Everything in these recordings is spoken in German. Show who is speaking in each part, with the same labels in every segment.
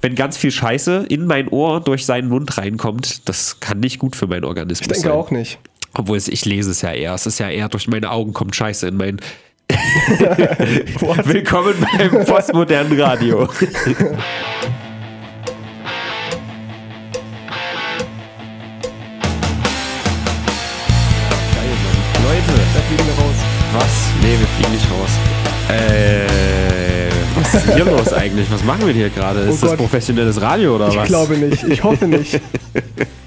Speaker 1: wenn ganz viel Scheiße in mein Ohr durch seinen Mund reinkommt, das kann nicht gut für meinen Organismus
Speaker 2: Ich denke
Speaker 1: sein.
Speaker 2: auch nicht.
Speaker 1: Obwohl es, ich lese es ja eher. Es ist ja eher durch meine Augen kommt Scheiße in mein. Willkommen beim postmodernen Radio. Leute,
Speaker 2: Da fliegen wir raus.
Speaker 1: was? Nee, wir fliegen nicht raus. Äh, was ist hier los eigentlich? Was machen wir hier gerade? Ist das
Speaker 2: Oh Gott.
Speaker 1: professionelles Radio oder
Speaker 2: Ich
Speaker 1: was?
Speaker 2: glaube nicht. Ich hoffe nicht.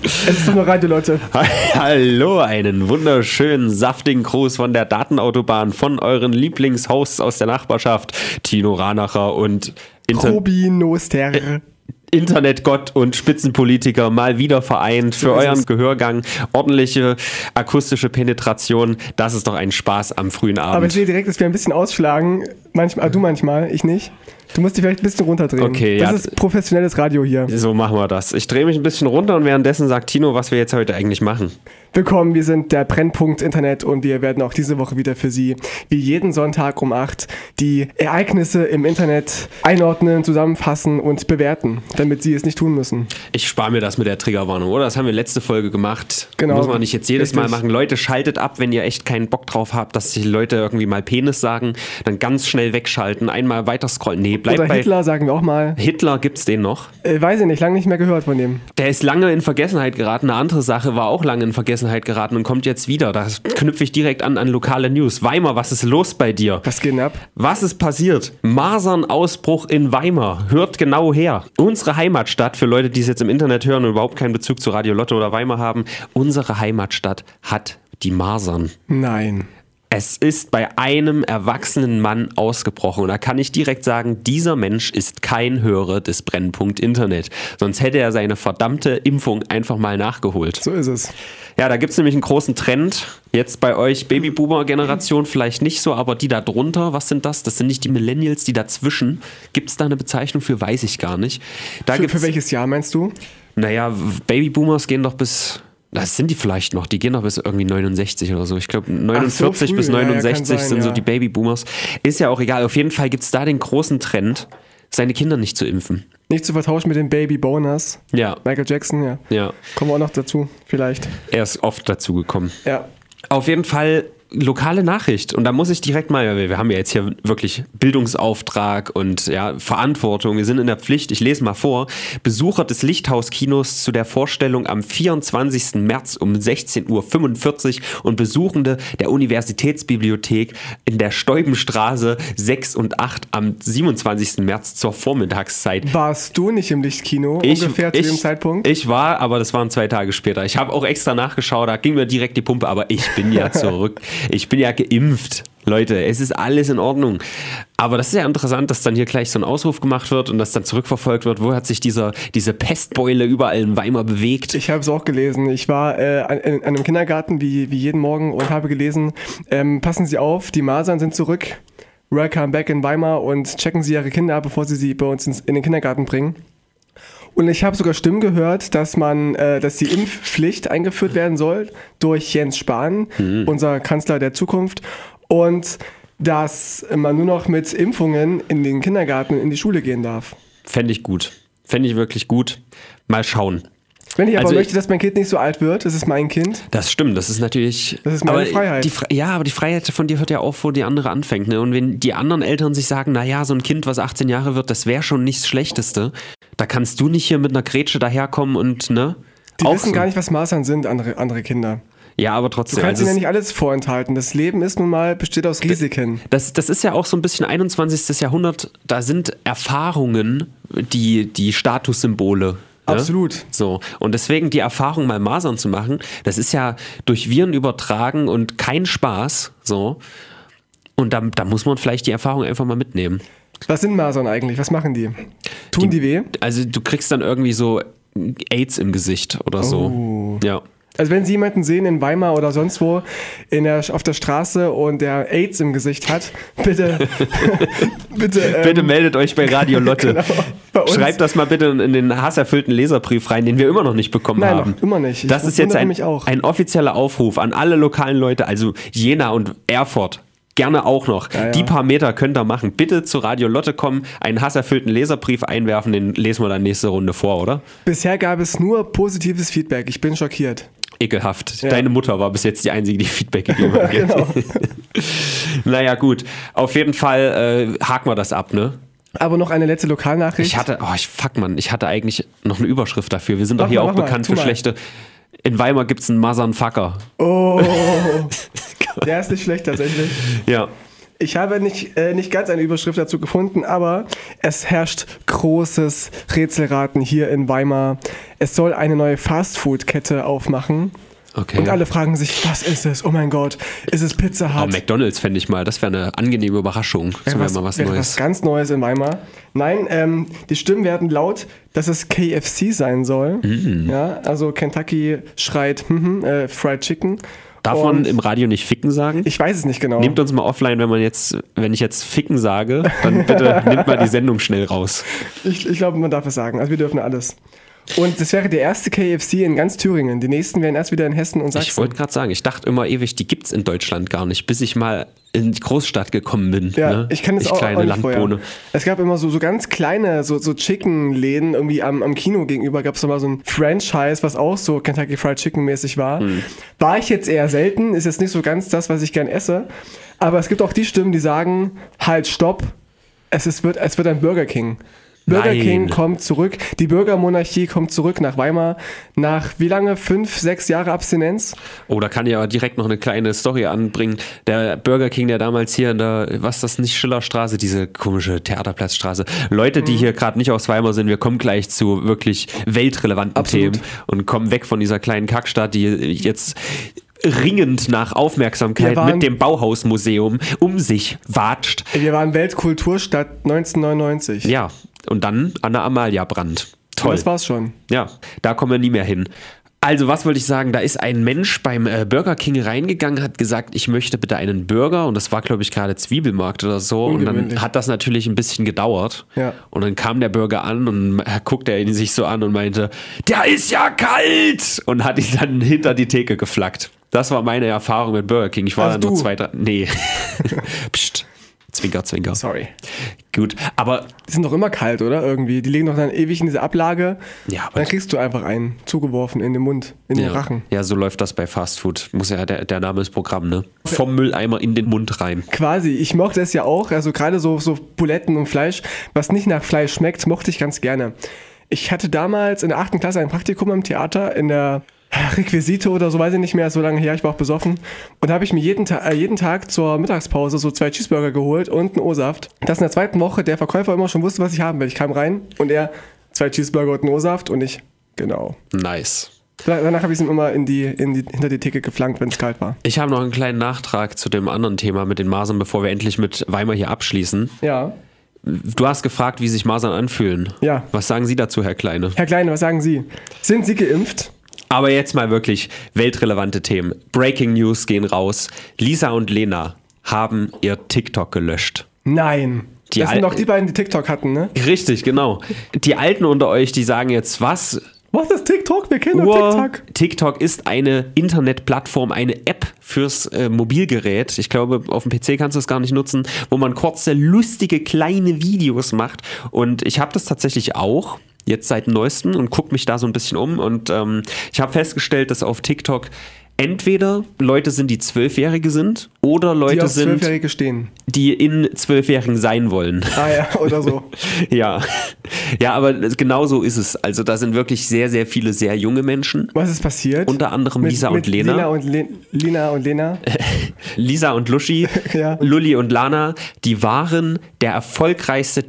Speaker 2: es ist doch nur Radio, Leute.
Speaker 1: Hallo, einen wunderschönen, saftigen Gruß von der Datenautobahn von euren Lieblingshosts aus der Nachbarschaft, Tino Ranacher und Inter Äh,
Speaker 2: Robinoster.
Speaker 1: Internetgott und Spitzenpolitiker mal wieder vereint für
Speaker 2: ist
Speaker 1: euren
Speaker 2: es.
Speaker 1: Gehörgang. Ordentliche akustische Penetration, das ist doch ein Spaß am frühen
Speaker 2: Aber ich
Speaker 1: Abend.
Speaker 2: sehe direkt, dass wir ein bisschen ausschlagen. Manchmal, ah, du manchmal, ich nicht. Du musst dich vielleicht ein bisschen runterdrehen.
Speaker 1: Okay,
Speaker 2: das
Speaker 1: ja.
Speaker 2: ist professionelles Radio hier.
Speaker 1: So machen wir das. Ich drehe mich ein bisschen runter und währenddessen sagt Tino, was wir jetzt heute eigentlich machen.
Speaker 2: Willkommen, wir sind der Brennpunkt Internet und wir werden auch diese Woche wieder für Sie, wie jeden Sonntag um 8, die Ereignisse im Internet einordnen, zusammenfassen und bewerten, damit Sie es nicht tun müssen.
Speaker 1: Ich spare mir das mit der Triggerwarnung, oder? Das haben wir letzte Folge gemacht.
Speaker 2: Genau.
Speaker 1: Muss man nicht jetzt jedes Mal
Speaker 2: Richtig.
Speaker 1: machen. Leute, schaltet ab, wenn ihr echt keinen Bock drauf habt, dass die Leute irgendwie mal Penis sagen. Dann ganz schnell wegschalten, einmal weiter scrollen. Nee, bleibt
Speaker 2: Oder
Speaker 1: bei.
Speaker 2: Hitler, sagen wir auch mal.
Speaker 1: Hitler gibt's den noch.
Speaker 2: Äh, weiß ich nicht, lange nicht mehr gehört von dem.
Speaker 1: Der ist lange in Vergessenheit geraten. Eine andere Sache war auch lange in Vergessenheit geraten und kommt jetzt wieder. Da knüpfe ich direkt an an lokale News. Weimar, was ist los bei dir?
Speaker 2: Was geht denn ab?
Speaker 1: Was ist passiert? Masernausbruch in Weimar. Hört genau her. Unsere Heimatstadt, für Leute, die es jetzt im Internet hören und überhaupt keinen Bezug zu Radio Lotte oder Weimar haben, unsere Heimatstadt hat die Masern.
Speaker 2: Nein.
Speaker 1: Es ist bei einem erwachsenen Mann ausgebrochen. Und da kann ich direkt sagen, dieser Mensch ist kein Hörer des Brennpunkt Internet. Sonst hätte er seine verdammte Impfung einfach mal nachgeholt.
Speaker 2: So ist es.
Speaker 1: Ja, da gibt es nämlich einen großen Trend. Jetzt bei euch Babyboomer-Generation vielleicht nicht so, aber die da drunter, was sind das? Das sind nicht die Millennials, die dazwischen. Gibt es da eine Bezeichnung für? Weiß ich gar nicht. Da
Speaker 2: Für,
Speaker 1: gibt's,
Speaker 2: für welches Jahr meinst du?
Speaker 1: Naja, w- Babyboomers gehen doch bis. Das sind die vielleicht noch, die gehen doch bis irgendwie 69 oder so. Ich glaube, 49 bis
Speaker 2: früh, ja, ja, kann
Speaker 1: 69
Speaker 2: sein,
Speaker 1: sind so
Speaker 2: ja.
Speaker 1: die Babyboomers. Ist ja auch egal. Auf jeden Fall gibt es da den großen Trend, seine Kinder nicht zu impfen.
Speaker 2: Nicht zu vertauschen mit den Baby Boners.
Speaker 1: Ja,
Speaker 2: Michael Jackson, ja.
Speaker 1: ja.
Speaker 2: Kommen wir auch noch dazu, vielleicht.
Speaker 1: Er ist oft dazu gekommen.
Speaker 2: Ja.
Speaker 1: Auf jeden Fall lokale Nachricht. Und da muss ich direkt mal, wir wir haben ja jetzt hier wirklich Bildungsauftrag und ja, Verantwortung. Wir sind in der Pflicht. Ich lese mal vor. Besucher des Lichthauskinos zu der Vorstellung am 24. März um 16.45 Uhr und Besuchende der Universitätsbibliothek in der Stäubenstraße 6 und 8 am 27. März zur Vormittagszeit.
Speaker 2: Warst du nicht im Lichtkino ungefähr zu dem Zeitpunkt?
Speaker 1: Ich war, aber das waren zwei Tage später. Ich habe auch extra nachgeschaut, da ging mir direkt die Pumpe, aber ich bin ja zurück. ich bin ja geimpft. Leute, es ist alles in Ordnung. Aber das ist ja interessant, dass dann hier gleich so ein Ausruf gemacht wird und dass dann zurückverfolgt wird, wo hat sich dieser, diese Pestbeule überall in Weimar bewegt.
Speaker 2: Ich habe es auch gelesen. Ich war äh, an, in einem Kindergarten wie, wie jeden Morgen und habe gelesen, ähm, passen Sie auf, die Masern sind zurück. Welcome back in Weimar und checken Sie Ihre Kinder, ab, bevor Sie sie bei uns ins, in den Kindergarten bringen. Und ich habe sogar Stimmen gehört, dass man, äh, dass die Impfpflicht eingeführt werden soll durch Jens Spahn,
Speaker 1: Mhm.
Speaker 2: unser Kanzler der Zukunft, und dass man nur noch mit Impfungen in den Kindergarten, in die Schule gehen darf.
Speaker 1: Fände ich gut. Fände ich wirklich gut. Mal schauen.
Speaker 2: Wenn ich aber
Speaker 1: Also ich-
Speaker 2: möchte, dass mein Kind nicht so alt wird, das ist mein Kind.
Speaker 1: Das stimmt, das ist natürlich.
Speaker 2: Das ist meine
Speaker 1: aber
Speaker 2: Freiheit.
Speaker 1: Die, Fre- ja, aber die Freiheit von dir hört ja auf, wo die andere anfängt. Ne? Und wenn die anderen Eltern sich sagen, naja, so ein Kind, was 18 Jahre wird, das wäre schon nichts Schlechteste, da kannst du nicht hier mit einer Grätsche daherkommen und, ne?
Speaker 2: Die
Speaker 1: Auch
Speaker 2: wissen
Speaker 1: so.
Speaker 2: gar nicht, was Masern sind, andere, andere Kinder.
Speaker 1: Ja, aber
Speaker 2: Du
Speaker 1: trotzdem.
Speaker 2: kannst
Speaker 1: also
Speaker 2: ihnen ja
Speaker 1: es-
Speaker 2: nicht alles vorenthalten. Das Leben ist nun mal, besteht aus Risiken.
Speaker 1: Das, das ist ja auch so ein bisschen 21. Jahrhundert, da sind Erfahrungen die, die Statussymbole. ne?
Speaker 2: Absolut.
Speaker 1: So. Und deswegen die Erfahrung mal Masern zu machen, das ist ja durch Viren übertragen und kein Spaß. So. Und da, da muss man vielleicht die Erfahrung einfach mal mitnehmen.
Speaker 2: Was sind Masern eigentlich? Was machen die? Tun die, weh?
Speaker 1: Also du kriegst dann irgendwie so Aids im Gesicht oder so. Ja.
Speaker 2: Also wenn Sie jemanden sehen in Weimar oder sonst wo in der, auf der Straße und der Aids im Gesicht hat, bitte, bitte, ähm, genau,
Speaker 1: Bitte meldet euch bei Radio Lotte.
Speaker 2: bei uns.
Speaker 1: Schreibt das mal bitte in den hasserfüllten Leserbrief rein, den wir immer noch nicht bekommen
Speaker 2: Nein,
Speaker 1: haben.
Speaker 2: noch immer nicht. Ich
Speaker 1: das ist jetzt
Speaker 2: wundere
Speaker 1: ein,
Speaker 2: mich auch.
Speaker 1: ein offizieller Aufruf an alle lokalen Leute, also Jena und Erfurt. gerne auch noch.
Speaker 2: ja.
Speaker 1: Die paar Meter könnt ihr machen. Bitte zu Radio Lotte kommen, einen hasserfüllten Leserbrief einwerfen, den lesen wir dann nächste Runde vor, oder?
Speaker 2: Bisher gab es nur positives Feedback. Ich bin schockiert.
Speaker 1: Ekelhaft. Deine Mutter war bis jetzt die einzige, die Feedback gegeben hat. gell?
Speaker 2: Genau.
Speaker 1: naja, gut. Auf jeden Fall äh, haken wir das ab, ne?
Speaker 2: Aber noch eine letzte Lokalnachricht.
Speaker 1: Ich hatte, oh, ich fuck, Mann, ich hatte eigentlich noch eine Überschrift dafür. Wir sind doch
Speaker 2: Mach
Speaker 1: hier
Speaker 2: mal,
Speaker 1: auch
Speaker 2: mach mal,
Speaker 1: bekannt
Speaker 2: tu
Speaker 1: für
Speaker 2: mal.
Speaker 1: schlechte. In Weimar gibt's einen Motherfucker.
Speaker 2: oh, der ist nicht schlecht tatsächlich.
Speaker 1: Ja.
Speaker 2: Ich habe nicht, äh, nicht ganz eine Überschrift dazu gefunden, aber es herrscht großes Rätselraten hier in Weimar. Es soll eine neue Fastfood-Kette aufmachen.
Speaker 1: Okay.
Speaker 2: Und alle fragen sich, was ist es? Oh mein Gott, ist es Pizza
Speaker 1: Oh,
Speaker 2: Hut?
Speaker 1: McDonalds fände ich mal. Das wäre eine angenehme Überraschung. So wäre mal was
Speaker 2: wäre
Speaker 1: Neues.
Speaker 2: was ganz Neues in Weimar. Nein, ähm, die Stimmen werden laut, dass es KFC sein soll.
Speaker 1: Mhm.
Speaker 2: Ja, also Kentucky schreit hm, hm, äh, Fried Chicken.
Speaker 1: Darf man
Speaker 2: Und
Speaker 1: im Radio nicht ficken sagen?
Speaker 2: ich weiß es nicht genau.
Speaker 1: Nehmt uns mal offline, wenn man jetzt, wenn ich jetzt ficken sage, dann bitte nimmt mal die Sendung schnell raus.
Speaker 2: Ich, ich glaube, man darf es sagen. Also wir dürfen alles. Und das wäre der erste KFC in ganz Thüringen. Die nächsten wären erst wieder in Hessen und
Speaker 1: Ich
Speaker 2: Sachsen.
Speaker 1: wollte gerade sagen, ich dachte immer ewig, die gibt's in Deutschland gar nicht, bis ich mal in die Großstadt gekommen bin.
Speaker 2: ja,
Speaker 1: ne?
Speaker 2: ich kann das
Speaker 1: ich
Speaker 2: auch,
Speaker 1: kleine
Speaker 2: auch nicht
Speaker 1: Landbohne.
Speaker 2: vorher. Es gab immer so, so ganz kleine, so, so Chicken-Läden irgendwie am, am Kino gegenüber. Gab es mal so ein Franchise, was auch so Kentucky Fried Chicken-mäßig war.
Speaker 1: Hm.
Speaker 2: War ich jetzt eher selten, ist jetzt nicht so ganz das, was ich gern esse. Aber es gibt auch die Stimmen, die sagen, halt, stopp, es, ist, wird, es wird ein Burger King. Burger
Speaker 1: Nein.
Speaker 2: King kommt zurück. Die Bürgermonarchie kommt zurück nach Weimar. Nach wie lange? Fünf, sechs Jahre Abstinenz?
Speaker 1: Oh, da kann ich aber direkt noch eine kleine Story anbringen. Der Burger King, der damals hier in der, was ist das, nicht Schillerstraße, diese komische Theaterplatzstraße. Leute,
Speaker 2: Mhm.
Speaker 1: die hier gerade nicht aus Weimar sind, wir kommen gleich zu wirklich weltrelevanten
Speaker 2: Absolut.
Speaker 1: Themen und kommen weg von dieser kleinen Kackstadt, die jetzt ringend nach Aufmerksamkeit
Speaker 2: Wir waren-
Speaker 1: mit dem Bauhausmuseum um sich watscht.
Speaker 2: Wir waren Weltkulturstadt 1999.
Speaker 1: Ja, und dann Anna Amalia Brandt. Toll.
Speaker 2: Das war's schon.
Speaker 1: Ja, da kommen wir nie mehr hin. Also, was wollte ich sagen? Da ist ein Mensch beim äh, Burger King reingegangen, hat gesagt, ich möchte bitte einen Burger. Und das war, glaube ich, gerade Zwiebelmarkt oder so. Und dann
Speaker 2: Ungewöhnlich.
Speaker 1: hat das natürlich ein bisschen gedauert.
Speaker 2: Ja.
Speaker 1: Und dann kam der Burger an und äh, guckte er ihn sich so an und meinte, der ist ja kalt! Und hat ihn dann hinter die Theke geflackt. Das war meine Erfahrung mit Burger King. Ich war
Speaker 2: Also
Speaker 1: dann nur
Speaker 2: du.
Speaker 1: zwei, drei. Nee. Psst. Zwinker, zwinker.
Speaker 2: Sorry.
Speaker 1: Gut. Aber
Speaker 2: Die sind doch immer kalt, oder? Irgendwie. Die liegen doch dann ewig in dieser Ablage.
Speaker 1: Ja, aber-
Speaker 2: Dann kriegst du einfach einen zugeworfen in den Mund, in den
Speaker 1: Ja.
Speaker 2: Rachen.
Speaker 1: Ja, so läuft das bei Fast Food. Muss ja, der, der Name ist Programm, ne? Vom Mülleimer in den Mund rein.
Speaker 2: Quasi. Ich mochte es ja auch. Also gerade so, so Buletten und Fleisch, was nicht nach Fleisch schmeckt, mochte ich ganz gerne. Ich hatte damals in der achten Klasse ein Praktikum im Theater in der Requisite oder so, weiß ich nicht mehr, ist so lange her, ich war auch besoffen. Und da habe ich mir jeden, Ta äh, jeden Tag zur Mittagspause so zwei Cheeseburger geholt und einen O-Saft. Dass in der zweiten Woche der Verkäufer immer schon wusste, was ich haben will. Ich kam rein und er zwei Cheeseburger und einen O-Saft und ich, genau.
Speaker 1: Nice.
Speaker 2: Da- Danach habe ich es ihm immer in die, in die, hinter die Theke geflankt, wenn es kalt war.
Speaker 1: Ich habe noch einen kleinen Nachtrag zu dem anderen Thema mit den Masern, bevor wir endlich mit Weimar hier abschließen.
Speaker 2: Ja.
Speaker 1: Du hast gefragt, wie sich Masern anfühlen.
Speaker 2: Ja.
Speaker 1: Was sagen Sie dazu, Herr Kleine?
Speaker 2: Herr Kleine, was sagen Sie? Sind Sie geimpft?
Speaker 1: Aber jetzt mal wirklich weltrelevante Themen. Breaking News gehen raus. Lisa und Lena haben ihr TikTok gelöscht.
Speaker 2: Nein.
Speaker 1: Die
Speaker 2: das sind
Speaker 1: Al-
Speaker 2: doch die beiden, die TikTok hatten, ne?
Speaker 1: Richtig, genau. Die Alten unter euch, die sagen jetzt, was?
Speaker 2: Was ist TikTok? Wir kennen doch
Speaker 1: Uhr.
Speaker 2: TikTok.
Speaker 1: TikTok ist eine Internetplattform, eine App fürs äh, Mobilgerät. Ich glaube, auf dem PC kannst du es gar nicht nutzen, wo man kurze, lustige, kleine Videos macht. Und ich habe das tatsächlich auch jetzt seit neuestem und gucke mich da so ein bisschen um. Und ähm, ich habe festgestellt, dass auf TikTok entweder Leute sind, die Zwölfjährige sind, oder
Speaker 2: Die
Speaker 1: Leute
Speaker 2: auf
Speaker 1: sind,
Speaker 2: Zwölfjährige stehen.
Speaker 1: die in Zwölfjährigen sein wollen.
Speaker 2: Ah ja, oder so.
Speaker 1: ja. Ja, aber genau so ist es. Also da sind wirklich sehr, sehr viele sehr junge Menschen.
Speaker 2: Was ist passiert?
Speaker 1: Unter anderem Lisa und Lena.
Speaker 2: Lina und, Le Lina und Lena.
Speaker 1: Lisa und Luschi,
Speaker 2: Ja.
Speaker 1: Lulli und Lana, die waren der erfolgreichste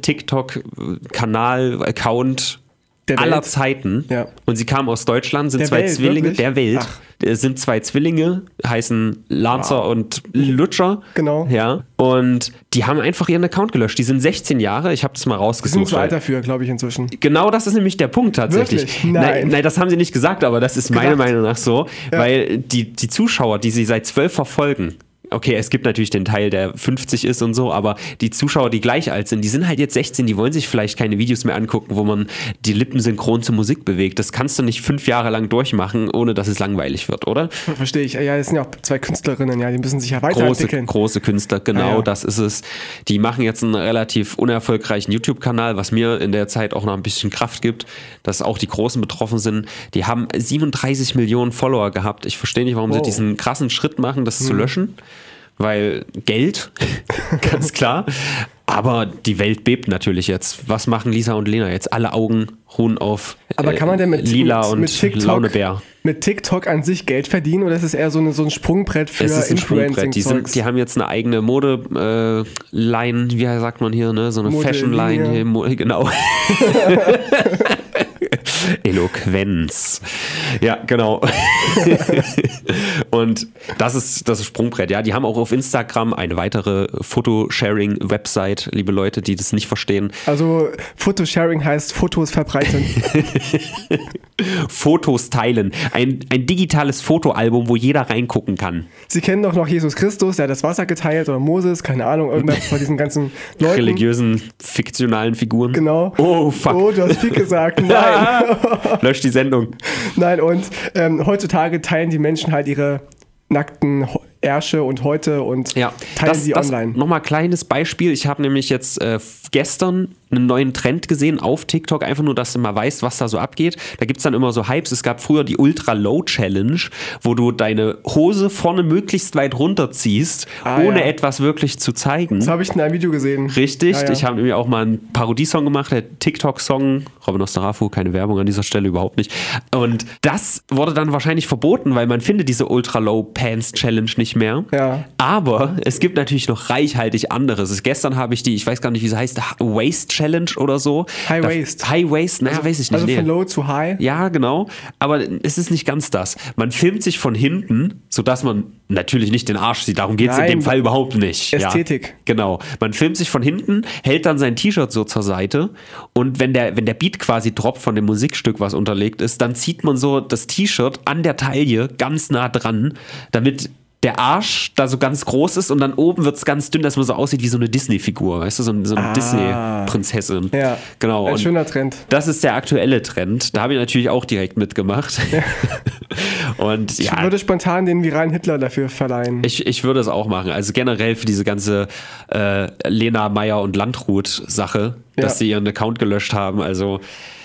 Speaker 1: TikTok-Kanal-Account
Speaker 2: Der
Speaker 1: aller
Speaker 2: Welt.
Speaker 1: Zeiten.
Speaker 2: Ja.
Speaker 1: Und sie kamen aus Deutschland, sind
Speaker 2: Der
Speaker 1: zwei
Speaker 2: Welt,
Speaker 1: Zwillinge
Speaker 2: wirklich?
Speaker 1: der Welt.
Speaker 2: Ach.
Speaker 1: Es sind zwei Zwillinge, heißen Lancer und Lutscher.
Speaker 2: Genau.
Speaker 1: Ja. Und die haben einfach ihren Account gelöscht. Die sind 16 Jahre, ich habe das mal
Speaker 2: Die sind
Speaker 1: rausgesucht.
Speaker 2: zu alt dafür, glaube ich, inzwischen.
Speaker 1: Genau das ist nämlich der Punkt tatsächlich.
Speaker 2: Wirklich? Nein.
Speaker 1: nein, das haben sie nicht gesagt, aber das ist meiner
Speaker 2: Gedacht.
Speaker 1: Meinung nach so, weil die, die Zuschauer, die sie seit zwölf verfolgen, okay, es gibt natürlich den Teil, der 50 ist und so, aber die Zuschauer, die gleich alt sind, die sind halt jetzt 16, die wollen sich vielleicht keine Videos mehr angucken, wo man die Lippen synchron zur Musik bewegt. Das kannst du nicht fünf Jahre lang durchmachen, ohne dass es langweilig wird, oder?
Speaker 2: Verstehe ich. Ja, das sind ja auch zwei Künstlerinnen, ja, die müssen sich ja
Speaker 1: Große,
Speaker 2: weiterentwickeln.
Speaker 1: große Künstler, genau,
Speaker 2: Ja, ja.
Speaker 1: das ist es. Die machen jetzt einen relativ unerfolgreichen YouTube-Kanal, was mir in der Zeit auch noch ein bisschen Kraft gibt, dass auch die Großen betroffen sind. Die haben 37 Millionen Follower gehabt. Ich verstehe nicht, warum sie
Speaker 2: Wow. Hm.
Speaker 1: diesen krassen Schritt machen, das zu löschen, weil Geld, ganz klar. Aber die Welt bebt natürlich jetzt. Was machen Lisa und Lena jetzt? Alle Augen ruhen auf äh,
Speaker 2: Aber kann man denn mit,
Speaker 1: Lila
Speaker 2: mit,
Speaker 1: und
Speaker 2: mit, TikTok,
Speaker 1: Launebär.
Speaker 2: mit TikTok an sich Geld verdienen oder ist es eher so, eine, so ein Sprungbrett für
Speaker 1: Es ist ein Sprungbrett. Die, sind,
Speaker 2: Influencing-Zeugs?
Speaker 1: die haben jetzt eine eigene Mode-Line, wie sagt man hier, ne? So eine
Speaker 2: Modelinie.
Speaker 1: Fashion-Line, hier, Mo- genau. Eloquenz. Ja, genau. Und das ist das ist Sprungbrett. Ja, die haben auch auf Instagram eine weitere Fotosharing-Website, liebe Leute, die das nicht verstehen.
Speaker 2: Also Fotosharing heißt Fotos verbreiten.
Speaker 1: Fotos teilen. Ein, ein digitales Fotoalbum, wo jeder reingucken kann.
Speaker 2: Sie kennen doch noch Jesus Christus, der hat das Wasser geteilt oder Moses, keine Ahnung, irgendwas von diesen ganzen Leuten.
Speaker 1: Religiösen, fiktionalen Figuren.
Speaker 2: Genau.
Speaker 1: Oh, fuck.
Speaker 2: Oh, du hast viel gesagt. Nein.
Speaker 1: Lösch die Sendung.
Speaker 2: Nein, und ähm, heutzutage teilen die Menschen halt ihre nackten Ho- Ärsche und Häute und
Speaker 1: Ja,
Speaker 2: teilen sie online.
Speaker 1: Nochmal kleines Beispiel. Ich habe nämlich jetzt äh, gestern einen neuen Trend gesehen auf TikTok, einfach nur, dass du mal weißt, was da so abgeht. Da gibt es dann immer so Hypes. Es gab früher die Ultra Low Challenge, wo du deine Hose vorne möglichst weit runterziehst,
Speaker 2: Ah,
Speaker 1: ohne
Speaker 2: ja.
Speaker 1: etwas wirklich zu zeigen.
Speaker 2: Das habe ich in einem Video gesehen.
Speaker 1: Richtig,
Speaker 2: Ja, ja.
Speaker 1: ich habe nämlich auch mal einen Parodiesong gemacht, der TikTok-Song, Robin Ostarafu, keine Werbung an dieser Stelle, überhaupt nicht. Und das wurde dann wahrscheinlich verboten, weil man findet diese Ultra-Low-Pants-Challenge nicht mehr.
Speaker 2: Ja.
Speaker 1: Aber es gibt natürlich noch reichhaltig anderes. Es- Gestern habe ich die, ich weiß gar nicht, wie sie heißt, Waist-Challenge oder so.
Speaker 2: High
Speaker 1: Da-
Speaker 2: Waist.
Speaker 1: High Waist, naja, weiß ich nicht.
Speaker 2: Also
Speaker 1: nee.
Speaker 2: von low zu high.
Speaker 1: Ja, genau. Aber es ist nicht ganz das. Man filmt sich von hinten, sodass man natürlich nicht den Arsch sieht. Darum geht es in
Speaker 2: Nein.
Speaker 1: dem Fall überhaupt nicht. Ja,
Speaker 2: Ästhetik.
Speaker 1: genau. Man filmt sich von hinten, hält dann sein T-Shirt so zur Seite und wenn der, wenn der Beat quasi droppt von dem Musikstück, was unterlegt ist, dann zieht man so das T-Shirt an der Taille ganz nah dran, damit der Arsch da so ganz groß ist und dann oben wird es ganz dünn, dass man so aussieht wie so eine Disney-Figur, weißt du, so, ein- so eine Disney-Prinzessin.
Speaker 2: Ah. Ja.
Speaker 1: genau.
Speaker 2: Ein
Speaker 1: Und-
Speaker 2: schöner Trend.
Speaker 1: das ist der aktuelle Trend. Da habe ich natürlich auch direkt mitgemacht. Und
Speaker 2: Ich
Speaker 1: ja,
Speaker 2: würde spontan den viralen Hitler dafür verleihen.
Speaker 1: ich, ich würde es auch machen. Also generell für diese ganze äh, Lena Meyer und Landrut-Sache, dass
Speaker 2: Ja.
Speaker 1: sie ihren Account gelöscht haben. Also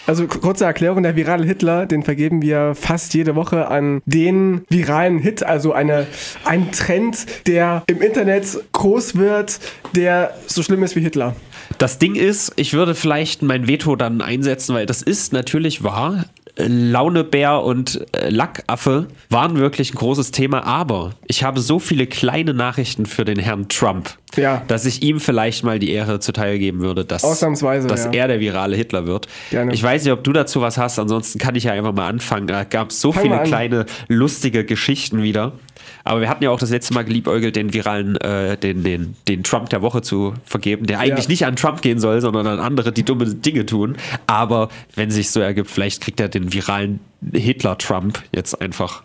Speaker 2: Also k- kurze Erklärung, der virale Hitler, den vergeben wir fast jede Woche an den viralen Hit, also eine, ein Trend, der im Internet groß wird, der so schlimm ist wie Hitler.
Speaker 1: das Ding ist, ich würde vielleicht mein Veto dann einsetzen, weil das ist natürlich wahr. Äh, Launebär und äh, Lackaffe waren wirklich ein großes Thema, aber ich habe so viele kleine Nachrichten für den Herrn Trump,
Speaker 2: Ja.
Speaker 1: dass ich ihm vielleicht mal die Ehre zuteil geben würde, dass,
Speaker 2: Ausnahmsweise,
Speaker 1: dass
Speaker 2: ja.
Speaker 1: er der virale Hitler wird.
Speaker 2: Gerne.
Speaker 1: Ich weiß nicht, ob du dazu was hast, ansonsten kann ich ja einfach mal anfangen. Da gab es so
Speaker 2: Fang mal
Speaker 1: viele
Speaker 2: an.
Speaker 1: kleine lustige Geschichten wieder. Aber wir hatten ja auch das letzte Mal geliebäugelt, den viralen, äh, den, den, den Trump der Woche zu vergeben, der eigentlich
Speaker 2: Ja.
Speaker 1: nicht an Trump gehen soll, sondern an andere, die dumme Dinge tun. Aber wenn sich so ergibt, vielleicht kriegt er den viralen Hitler-Trump jetzt einfach.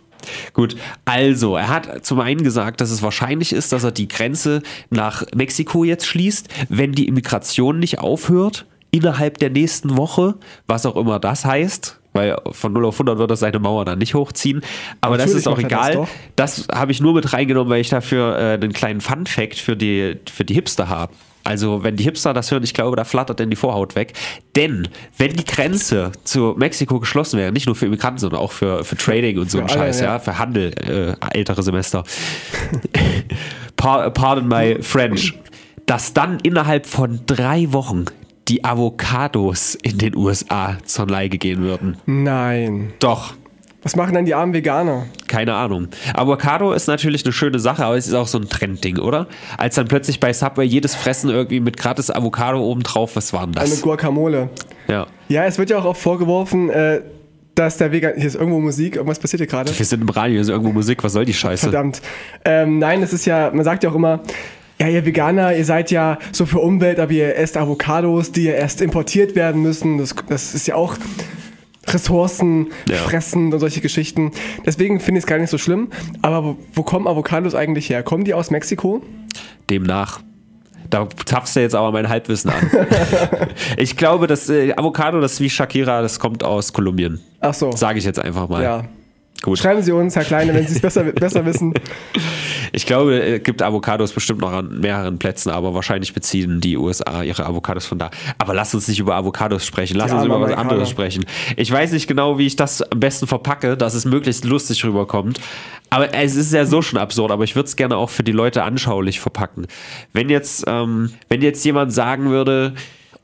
Speaker 1: Gut, also er hat zum einen gesagt, dass es wahrscheinlich ist, dass er die Grenze nach Mexiko jetzt schließt, wenn die Immigration nicht aufhört innerhalb der nächsten Woche, was auch immer das heißt, weil von 0 auf 100 wird er seine Mauer dann nicht hochziehen. Aber das
Speaker 2: Natürlich
Speaker 1: ist auch
Speaker 2: macht er das
Speaker 1: egal.
Speaker 2: doch.
Speaker 1: Das habe ich nur mit reingenommen, weil ich dafür äh, einen kleinen Fun-Fact für die, für die Hipster habe. Also, wenn die Hipster das hören, ich glaube, da flattert denn die Vorhaut weg. Denn, wenn die Grenze zu Mexiko geschlossen wäre, nicht nur für Immigranten, sondern auch für, für Trading und so einen
Speaker 2: alle,
Speaker 1: Scheiß, ja,
Speaker 2: ja.
Speaker 1: für Handel, äh, ältere Semester. Par- Pardon my French. Dass dann innerhalb von drei Wochen die Avocados in den USA zur Leige gehen würden.
Speaker 2: Nein.
Speaker 1: Doch,
Speaker 2: Was machen dann die armen Veganer?
Speaker 1: keine Ahnung. Avocado ist natürlich eine schöne Sache, aber es ist auch so ein Trendding, oder? Als dann plötzlich bei Subway jedes Fressen irgendwie mit gratis Avocado obendrauf, was war denn
Speaker 2: Eine
Speaker 1: das?
Speaker 2: Guacamole.
Speaker 1: Ja.
Speaker 2: Ja, es wird ja auch oft vorgeworfen, äh, dass der Vegan... Hier ist irgendwo Musik, irgendwas passiert hier gerade.
Speaker 1: Wir sind im Radio, hier ist irgendwo Musik, was soll die Scheiße?
Speaker 2: Verdammt. Ähm, nein, es ist ja, man sagt ja auch immer, ja, ihr Veganer, ihr seid ja so für Umwelt, aber ihr esst Avocados, die ja erst importiert werden müssen. Das, das ist ja auch Ressourcen
Speaker 1: Ja.
Speaker 2: fressen und solche Geschichten. Deswegen finde ich es gar nicht so schlimm. Aber wo, wo kommen Avocados eigentlich her? Kommen die aus Mexiko?
Speaker 1: Demnach. Da tapfst du jetzt aber mein Halbwissen an. ich glaube, das äh, Avocado, das ist wie Shakira, das kommt aus Kolumbien.
Speaker 2: Ach so.
Speaker 1: Sage ich jetzt einfach mal.
Speaker 2: Ja.
Speaker 1: Gut.
Speaker 2: Schreiben Sie uns, Herr Kleine, wenn Sie es besser, besser wissen.
Speaker 1: Ich glaube, es gibt Avocados bestimmt noch an mehreren Plätzen, aber wahrscheinlich beziehen die USA ihre Avocados von da. Aber lass uns nicht über Avocados sprechen, lass
Speaker 2: Die
Speaker 1: uns
Speaker 2: armen
Speaker 1: über was
Speaker 2: Amerikaner.
Speaker 1: anderes sprechen. Ich weiß nicht genau, wie ich das am besten verpacke, dass es möglichst lustig rüberkommt. Aber es ist ja so schon absurd, aber ich würde es gerne auch für die Leute anschaulich verpacken. Wenn jetzt, ähm, wenn jetzt jemand sagen würde,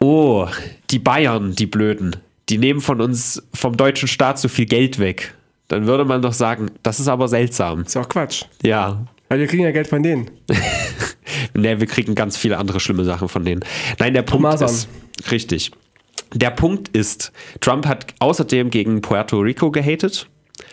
Speaker 1: oh, die Bayern, die Blöden, die nehmen von uns, vom deutschen Staat so viel Geld weg. Dann würde man doch sagen, das ist aber seltsam.
Speaker 2: Ist ja auch Quatsch.
Speaker 1: Ja,
Speaker 2: Weil wir kriegen ja Geld von denen.
Speaker 1: Nee, wir kriegen ganz viele andere schlimme Sachen von denen. Nein, der Punkt
Speaker 2: Masern.
Speaker 1: ist. Richtig. Der Punkt ist, Trump hat außerdem gegen Puerto Rico gehatet,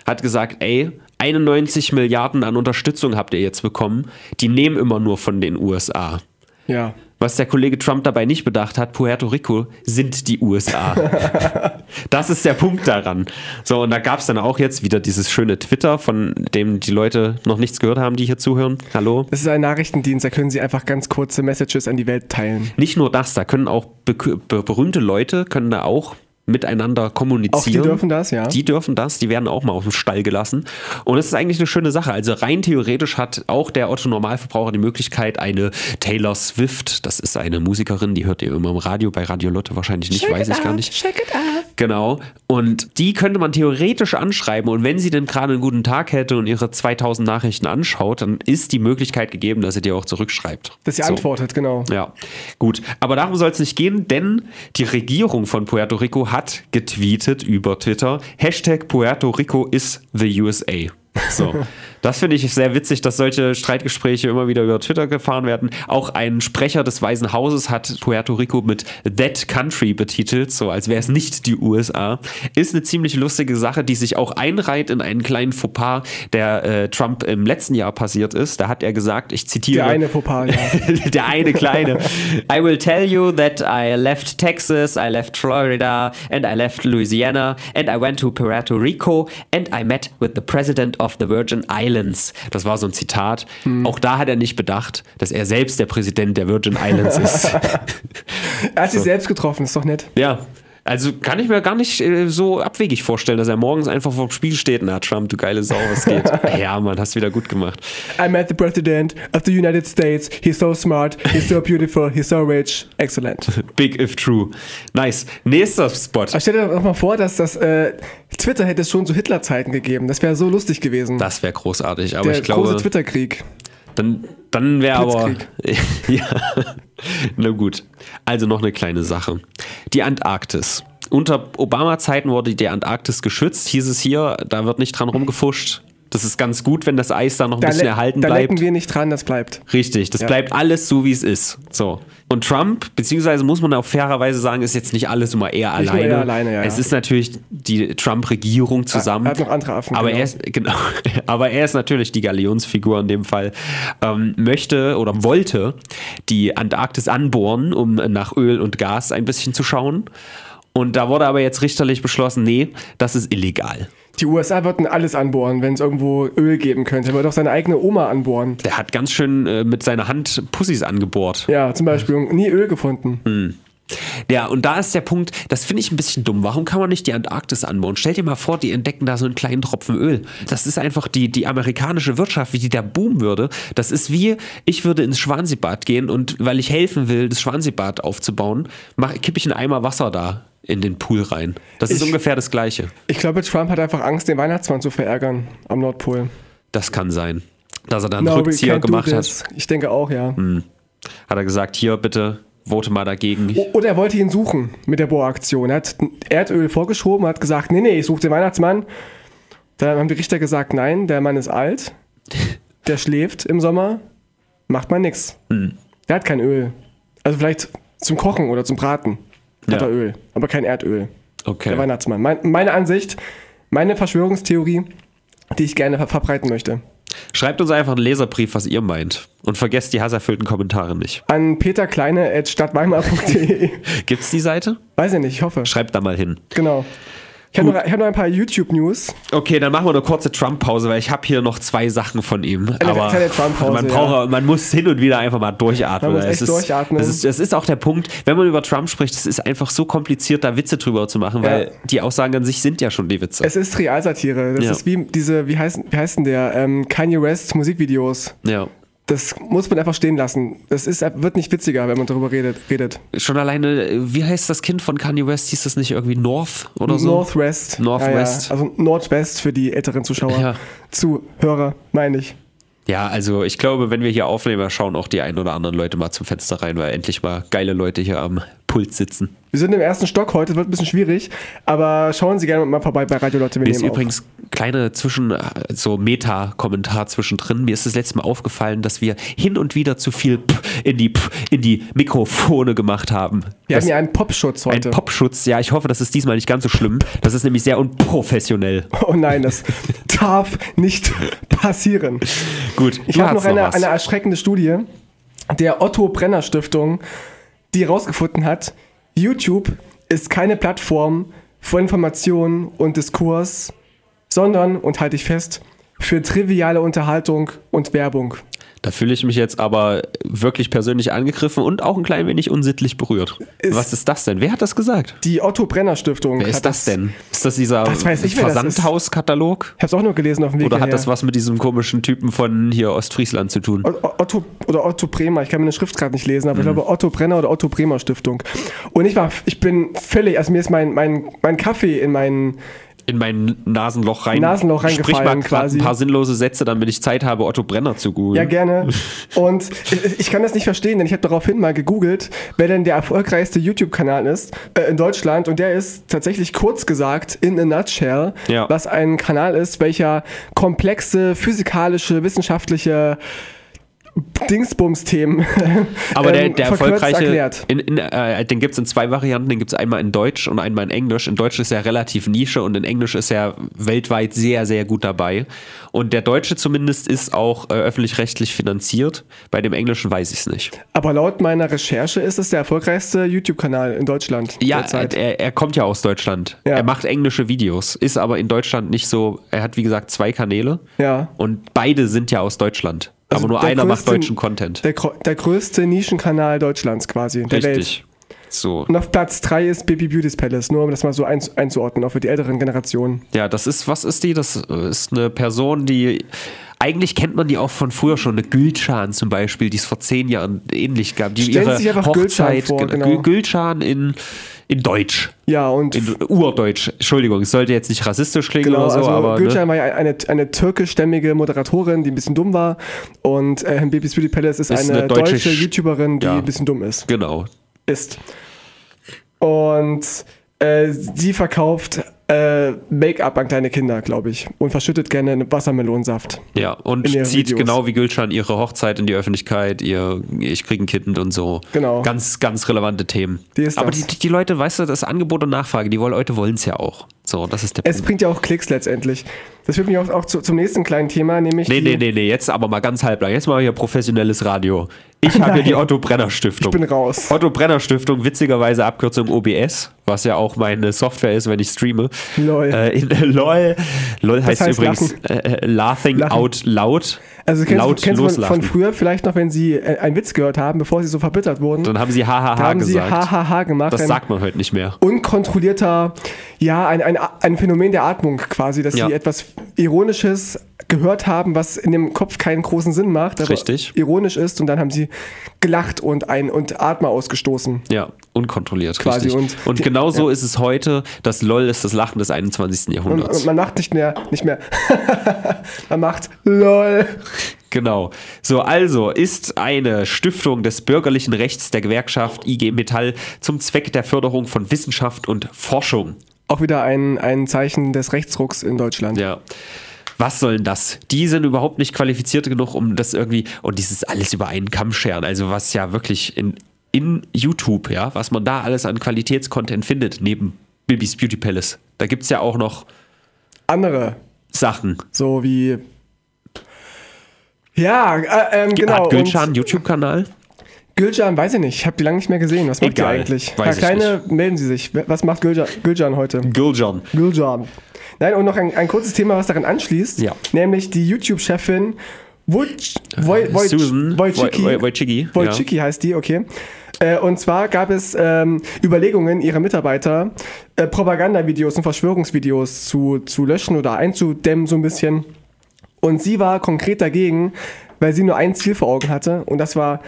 Speaker 1: hat gesagt, ey, 91 Milliarden an Unterstützung habt ihr jetzt bekommen, die nehmen immer nur von den USA.
Speaker 2: Ja.
Speaker 1: Was der Kollege Trump dabei nicht bedacht hat, Puerto Rico sind die USA. das ist der Punkt daran. So, und da gab es dann auch jetzt wieder dieses schöne Twitter, von dem die Leute noch nichts gehört haben, die hier zuhören. Hallo?
Speaker 2: Das ist ein Nachrichtendienst, da können Sie einfach ganz kurze Messages an die Welt teilen.
Speaker 1: Nicht nur das, da können auch be be berühmte Leute können da auch miteinander kommunizieren.
Speaker 2: Auch die dürfen das, ja.
Speaker 1: Die dürfen das, die werden auch mal aus dem Stall gelassen. Und es ist eigentlich eine schöne Sache. Also rein theoretisch hat auch der Otto Normalverbraucher die Möglichkeit, eine Taylor Swift, das ist eine Musikerin, die hört ihr immer im Radio, bei Radio Lotte wahrscheinlich nicht, weiß ich gar nicht. Genau. Und die könnte man theoretisch anschreiben. Und wenn sie denn gerade einen guten Tag hätte und ihre 2000 Nachrichten anschaut, dann ist die Möglichkeit gegeben, dass sie dir auch zurückschreibt.
Speaker 2: Dass sie
Speaker 1: So.
Speaker 2: antwortet, genau.
Speaker 1: Ja, gut. Aber darum soll es nicht gehen, denn die Regierung von Puerto Rico hat getweetet über Twitter, Hashtag Puerto Rico is the USA. So, das finde ich sehr witzig, dass solche Streitgespräche immer wieder über Twitter gefahren werden. Auch ein Sprecher des Weißen Hauses hat Puerto Rico mit That Country betitelt, so als wäre es nicht die USA. Ist eine ziemlich lustige Sache, die sich auch einreiht in einen kleinen Fauxpas, der äh, Trump im letzten Jahr passiert ist. Da hat er gesagt, ich zitiere.
Speaker 2: Der eine Fauxpas, ja.
Speaker 1: Der eine kleine. I will tell you that I left Texas, I left Florida and I left Louisiana and I went to Puerto Rico and I met with the president of the Virgin Islands. Das war so ein Zitat. Auch da hat er nicht bedacht, dass er selbst der Präsident der Virgin Islands ist.
Speaker 2: Er hat sich selbst getroffen, ist doch nett.
Speaker 1: ja. Also kann ich mir gar nicht äh, so abwegig vorstellen, dass er morgens einfach vorm Spiel steht. Na, Trump, du geile Sau, was geht? ja, Mann, hast wieder gut gemacht.
Speaker 2: I met the president of the United States. He's so smart, he's so beautiful, he's so rich. Excellent.
Speaker 1: Big if true. Nice. Nächster Spot.
Speaker 2: Aber stell dir doch mal vor, dass das äh, Twitter hätte es schon so Hitler-Zeiten gegeben. Das wäre so lustig gewesen.
Speaker 1: Das wäre großartig, aber
Speaker 2: Der
Speaker 1: ich glaube.
Speaker 2: große Twitter-Krieg.
Speaker 1: Dann, dann wäre aber. ja. Na gut. Also noch eine kleine Sache. Die Antarktis. Unter Obama-Zeiten wurde die Antarktis geschützt. Hieß es hier, da wird nicht dran rumgefuscht. Das ist ganz gut, wenn das Eis da noch ein
Speaker 2: Da,
Speaker 1: bisschen
Speaker 2: le-
Speaker 1: erhalten
Speaker 2: da
Speaker 1: bleibt.
Speaker 2: lecken wir nicht dran, das bleibt.
Speaker 1: Richtig, das bleibt alles so, wie es ist. So. Und Trump, beziehungsweise muss man auf fairerweise sagen, ist jetzt nicht alles immer er
Speaker 2: Nicht nur
Speaker 1: alleine.
Speaker 2: er alleine, ja,
Speaker 1: es
Speaker 2: ja.
Speaker 1: ist natürlich die Trump-Regierung zusammen.
Speaker 2: Er hat noch andere Affen,
Speaker 1: aber,
Speaker 2: genau.
Speaker 1: er ist, genau, aber er ist natürlich die Galionsfigur in dem Fall. Ähm, möchte oder wollte die Antarktis anbohren, um nach Öl und Gas ein bisschen zu schauen. Und da wurde aber jetzt richterlich beschlossen, nee, das ist illegal.
Speaker 2: Die USA würden alles anbohren, wenn es irgendwo Öl geben könnte. Er würde auch seine eigene Oma anbohren.
Speaker 1: Der hat ganz schön äh, mit seiner Hand Pussys angebohrt.
Speaker 2: Ja, zum Beispiel. Nie Öl gefunden.
Speaker 1: Hm. Ja, und da ist der Punkt, das finde ich ein bisschen dumm. Warum kann man nicht die Antarktis anbauen? Stell dir mal vor, die entdecken da so einen kleinen Tropfen Öl. Das ist einfach die, die amerikanische Wirtschaft, wie die da boomen würde. Das ist wie, ich würde ins Schwanseebad gehen und weil ich helfen will, das Schwanseebad aufzubauen, mach, kippe ich einen Eimer Wasser da in den Pool rein. Das ist
Speaker 2: Ich-
Speaker 1: ungefähr das Gleiche.
Speaker 2: Ich glaube, Trump hat einfach Angst, den Weihnachtsmann zu verärgern am Nordpol.
Speaker 1: Das kann sein. Dass er da einen
Speaker 2: No, we
Speaker 1: Rückzieher
Speaker 2: can't do
Speaker 1: gemacht hat,
Speaker 2: this. Ich denke auch, ja.
Speaker 1: hat er gesagt, hier bitte, vote mal dagegen.
Speaker 2: O- Oder Oh, er wollte ihn suchen mit der Bohraktion. Er hat Erdöl vorgeschoben, hat gesagt, nee, nee, ich suche den Weihnachtsmann. Dann haben die Richter gesagt, nein, der Mann ist alt, der schläft im Sommer, macht man nix. Der hat kein Öl. Also vielleicht zum Kochen oder zum Braten hat
Speaker 1: Ja.
Speaker 2: er Öl, aber kein Erdöl. Der
Speaker 1: Okay.
Speaker 2: Weihnachtsmann. Mein, meine Ansicht, meine Verschwörungstheorie, die ich gerne ver verbreiten möchte.
Speaker 1: Schreibt uns einfach einen Leserbrief, was ihr meint. Und vergesst die hasserfüllten Kommentare nicht.
Speaker 2: An peterkleine.stadtweimar.de.
Speaker 1: Gibt's die Seite?
Speaker 2: Weiß ich nicht, ich hoffe.
Speaker 1: Schreibt da mal hin.
Speaker 2: Genau. Ich habe noch, ich hab noch ein paar YouTube-News.
Speaker 1: Okay, dann machen wir eine kurze Trump-Pause, weil ich habe hier noch zwei Sachen von ihm.
Speaker 2: Eine
Speaker 1: aber
Speaker 2: kleine Trump-Pause,
Speaker 1: man,
Speaker 2: ja.
Speaker 1: braucht, man muss hin und wieder einfach mal durchatmen.
Speaker 2: Man muss
Speaker 1: Es
Speaker 2: echt
Speaker 1: ist,
Speaker 2: durchatmen.
Speaker 1: Das ist, das ist auch der Punkt, wenn man über Trump spricht, es ist einfach so kompliziert, da Witze drüber zu machen, weil
Speaker 2: Ja.
Speaker 1: die Aussagen an sich sind ja schon die Witze.
Speaker 2: Es ist Realsatire. Das
Speaker 1: Ja.
Speaker 2: ist wie diese, wie heißt, wie heißt denn der? Ähm, Kanye West Musikvideos.
Speaker 1: ja.
Speaker 2: Das muss man einfach stehen lassen. Das ist, wird nicht witziger, wenn man darüber redet. redet.
Speaker 1: Schon alleine, äh, wie heißt das Kind von Kanye West? Hieß das nicht irgendwie North oder so?
Speaker 2: Northwest.
Speaker 1: Northwest.
Speaker 2: Ja, ja. Also Nordwest für die älteren Zuschauer.
Speaker 1: Ja.
Speaker 2: Zuhörer, meine ich.
Speaker 1: Ja, also ich glaube, wenn wir hier aufnehmen, schauen auch die ein oder anderen Leute mal zum Fenster rein, weil endlich mal geile Leute hier am Pult sitzen.
Speaker 2: Wir sind im ersten Stock heute, wird ein bisschen schwierig, aber schauen Sie gerne mal vorbei bei Radio Leute. Wir
Speaker 1: Mir ist
Speaker 2: nehmen auf.
Speaker 1: übrigens kleine Zwischen, äh, so Meta-Kommentar zwischendrin. Mir ist das letzte Mal aufgefallen, dass wir hin und wieder zu viel P in die P in die Mikrofone gemacht haben.
Speaker 2: Wir
Speaker 1: Das-
Speaker 2: haben ja einen Popschutz
Speaker 1: ein
Speaker 2: heute.
Speaker 1: Popschutz, ja, ich hoffe, das ist diesmal nicht ganz so schlimm. Das ist nämlich sehr unprofessionell.
Speaker 2: oh nein, das darf nicht passieren.
Speaker 1: Gut,
Speaker 2: Ich
Speaker 1: du
Speaker 2: habe noch
Speaker 1: hast
Speaker 2: eine,
Speaker 1: was.
Speaker 2: eine erschreckende Studie der Otto Brenner Stiftung, die herausgefunden hat, YouTube ist keine Plattform für Informationen und Diskurs, sondern, und halte ich fest, für triviale Unterhaltung und Werbung.
Speaker 1: Da fühle ich mich jetzt aber wirklich persönlich angegriffen und auch ein klein wenig unsittlich berührt.
Speaker 2: Ist-
Speaker 1: was ist das denn? Wer hat das gesagt?
Speaker 2: Die Otto Brenner Stiftung.
Speaker 1: Wer
Speaker 2: hat
Speaker 1: ist das denn? Ist das dieser
Speaker 2: Was weiß ich, wer das ist?
Speaker 1: Versandhauskatalog?
Speaker 2: Ich habe es auch nur gelesen auf dem Weg
Speaker 1: Oder hat
Speaker 2: hierher.
Speaker 1: das was mit diesem komischen Typen von hier Ostfriesland zu tun?
Speaker 2: O- O- Otto oder Otto Bremer, ich kann meine Schrift gerade nicht lesen, aber ich
Speaker 1: Mhm.
Speaker 2: glaube Otto Brenner oder Otto Bremer Stiftung. Und ich war, ich bin völlig, also mir ist mein, mein, mein Kaffee in meinen,
Speaker 1: In mein Nasenloch rein.
Speaker 2: Nasenloch
Speaker 1: Sprich mal
Speaker 2: reingefallen
Speaker 1: quasi.
Speaker 2: quasi.
Speaker 1: ein paar sinnlose Sätze, damit ich Zeit habe, Otto Brenner zu googeln.
Speaker 2: ja gerne. Und ich, ich kann das nicht verstehen, denn ich habe daraufhin mal gegoogelt, wer denn der erfolgreichste YouTube-Kanal ist äh, in Deutschland und der ist tatsächlich kurz gesagt in a nutshell,
Speaker 1: Ja.
Speaker 2: was ein Kanal ist, welcher komplexe physikalische, wissenschaftliche Dingsbums-Themen
Speaker 1: Aber der,
Speaker 2: ähm,
Speaker 1: der
Speaker 2: verkürzt
Speaker 1: erfolgreiche,
Speaker 2: erklärt.
Speaker 1: In, in, äh, den gibt es in zwei Varianten. Den gibt es einmal in Deutsch und einmal in Englisch. In Deutsch ist er relativ Nische und in Englisch ist er weltweit sehr, sehr gut dabei. Und der Deutsche zumindest ist auch äh, öffentlich-rechtlich finanziert. Bei dem Englischen weiß ich es nicht.
Speaker 2: Aber laut meiner Recherche ist es der erfolgreichste YouTube-Kanal in Deutschland
Speaker 1: Ja, äh,
Speaker 2: derzeit.
Speaker 1: er, er kommt ja aus Deutschland.
Speaker 2: Ja.
Speaker 1: Er macht englische Videos, ist aber in Deutschland nicht so. Er hat, wie gesagt, zwei Kanäle.
Speaker 2: Ja.
Speaker 1: Und beide sind ja aus Deutschland.
Speaker 2: Also
Speaker 1: aber nur
Speaker 2: der
Speaker 1: einer macht
Speaker 2: größte-
Speaker 1: deutschen Content.
Speaker 2: Der, gro- der größte Nischenkanal Deutschlands quasi, der Welt.
Speaker 1: Richtig. So.
Speaker 2: Und auf Platz 3 ist Baby Beauty's Palace, nur um das mal so einz- einzuordnen, auch für die älteren Generationen.
Speaker 1: Ja, das ist, was ist die? Das äh, ist eine Person, die. Eigentlich kennt man die auch von früher schon, eine Gülcan zum Beispiel, die es vor zehn Jahren ähnlich gab. Die
Speaker 2: Stellen Sie sich einfach Gülcan
Speaker 1: Hochzeit,
Speaker 2: vor,
Speaker 1: Gül-
Speaker 2: genau.
Speaker 1: Gülcan in, in Deutsch,
Speaker 2: Ja, und
Speaker 1: in Urdeutsch. Entschuldigung, es sollte jetzt nicht rassistisch klingen
Speaker 2: genau,
Speaker 1: oder so,
Speaker 2: also
Speaker 1: aber. ne?
Speaker 2: Gülcan war ja eine, eine türkischstämmige Moderatorin, die ein bisschen dumm war. Und äh, Baby's Beauty Palace ist,
Speaker 1: Ist
Speaker 2: eine,
Speaker 1: eine deutsche
Speaker 2: deutsche,
Speaker 1: Sch-
Speaker 2: YouTuberin, die
Speaker 1: Ja.
Speaker 2: ein bisschen dumm ist.
Speaker 1: Genau,
Speaker 2: ist. Und äh, sie verkauft äh, Make-up an kleine Kinder, glaube ich. Und verschüttet gerne einen Wassermelonsaft.
Speaker 1: Ja, und
Speaker 2: in ihren
Speaker 1: zieht
Speaker 2: Videos.
Speaker 1: genau wie Gülcan ihre Hochzeit in die Öffentlichkeit, ihr Ich krieg ein Kind und so.
Speaker 2: Genau.
Speaker 1: Ganz, ganz relevante Themen.
Speaker 2: Die ist
Speaker 1: Aber
Speaker 2: das.
Speaker 1: die, die Leute, weißt du, das Angebot und Nachfrage, die Leute wollen es ja auch. So, das ist der
Speaker 2: Es bringt ja auch Klicks letztendlich. Das führt mich auch, auch zu, zum nächsten kleinen Thema, nämlich.
Speaker 1: Nee,
Speaker 2: die,
Speaker 1: nee, nee, nee, jetzt aber mal ganz halblang. Jetzt mal hier professionelles Radio. Ich habe hier die Otto Brenner Stiftung.
Speaker 2: Ich bin raus.
Speaker 1: Otto Brenner Stiftung, witzigerweise Abkürzung OBS, was ja auch meine Software ist, wenn ich streame.
Speaker 2: Lol.
Speaker 1: Äh, in, LOL. LOL heißt,
Speaker 2: heißt
Speaker 1: übrigens äh, äh, Laughing
Speaker 2: Lachen.
Speaker 1: Out Loud.
Speaker 2: Also kennst,
Speaker 1: laut
Speaker 2: kennst du von,
Speaker 1: loslachen.
Speaker 2: von früher vielleicht noch, wenn sie äh, einen Witz gehört haben, bevor sie so verbittert wurden.
Speaker 1: Dann haben sie Hahaha
Speaker 2: da haben
Speaker 1: gesagt.
Speaker 2: sie Hahaha gemacht.
Speaker 1: Das
Speaker 2: ein
Speaker 1: sagt man heute nicht mehr.
Speaker 2: unkontrollierter, ja, ein, ein, ein Phänomen der Atmung quasi, dass
Speaker 1: Ja.
Speaker 2: sie etwas Ironisches gehört haben, was in dem Kopf keinen großen Sinn macht, aber
Speaker 1: Richtig.
Speaker 2: ironisch ist und dann haben sie gelacht und ein und Atmer ausgestoßen.
Speaker 1: Ja, unkontrolliert.
Speaker 2: Quasi
Speaker 1: richtig. Und,
Speaker 2: und- die-
Speaker 1: genau so ist es heute. Das LOL ist das Lachen des 21.
Speaker 2: Und,
Speaker 1: Jahrhunderts.
Speaker 2: und äh, man macht nicht mehr, nicht mehr, man macht LOL.
Speaker 1: Genau. So, also ist eine Stiftung des bürgerlichen Rechts der Gewerkschaft IG Metall zum Zweck der Förderung von Wissenschaft und Forschung.
Speaker 2: Auch wieder ein, ein Zeichen des Rechtsrucks in Deutschland.
Speaker 1: Ja. Was soll denn das? Die sind überhaupt nicht qualifiziert genug, um das irgendwie und dieses alles über einen Kamm scheren. Also was ja wirklich in, in YouTube, ja, was man da alles an Qualitätscontent findet, neben Bibis Beauty Palace. Da gibt es ja auch noch
Speaker 2: Andere,
Speaker 1: Sachen.
Speaker 2: so wie, ja, äh, ähm, genau.
Speaker 1: Hat
Speaker 2: und-
Speaker 1: Gülcan einen YouTube-Kanal?
Speaker 2: Gülcan, weiß ich nicht. Ich habe die lange nicht mehr gesehen. Was macht die
Speaker 1: Egal,
Speaker 2: eigentlich?
Speaker 1: weiß
Speaker 2: Herr
Speaker 1: ich
Speaker 2: Kleine, melden Sie sich. Was macht Gülcan, Gülcan heute?
Speaker 1: Giljan.
Speaker 2: Gülcan. Nein, und noch ein, ein kurzes Thema, was daran anschließt.
Speaker 1: Ja.
Speaker 2: Nämlich die YouTube-Chefin Woj- Woj- Woj-
Speaker 1: Susan
Speaker 2: Wojcicki.
Speaker 1: Woj- Woj- Wojcicki, ja.
Speaker 2: Wojcicki heißt die, okay. Äh, Und zwar gab es ähm, Überlegungen ihrer Mitarbeiter, äh, Propagandavideos und Verschwörungsvideos zu, zu löschen oder einzudämmen so ein bisschen. Und sie war konkret dagegen, weil sie nur ein Ziel vor Augen hatte und das war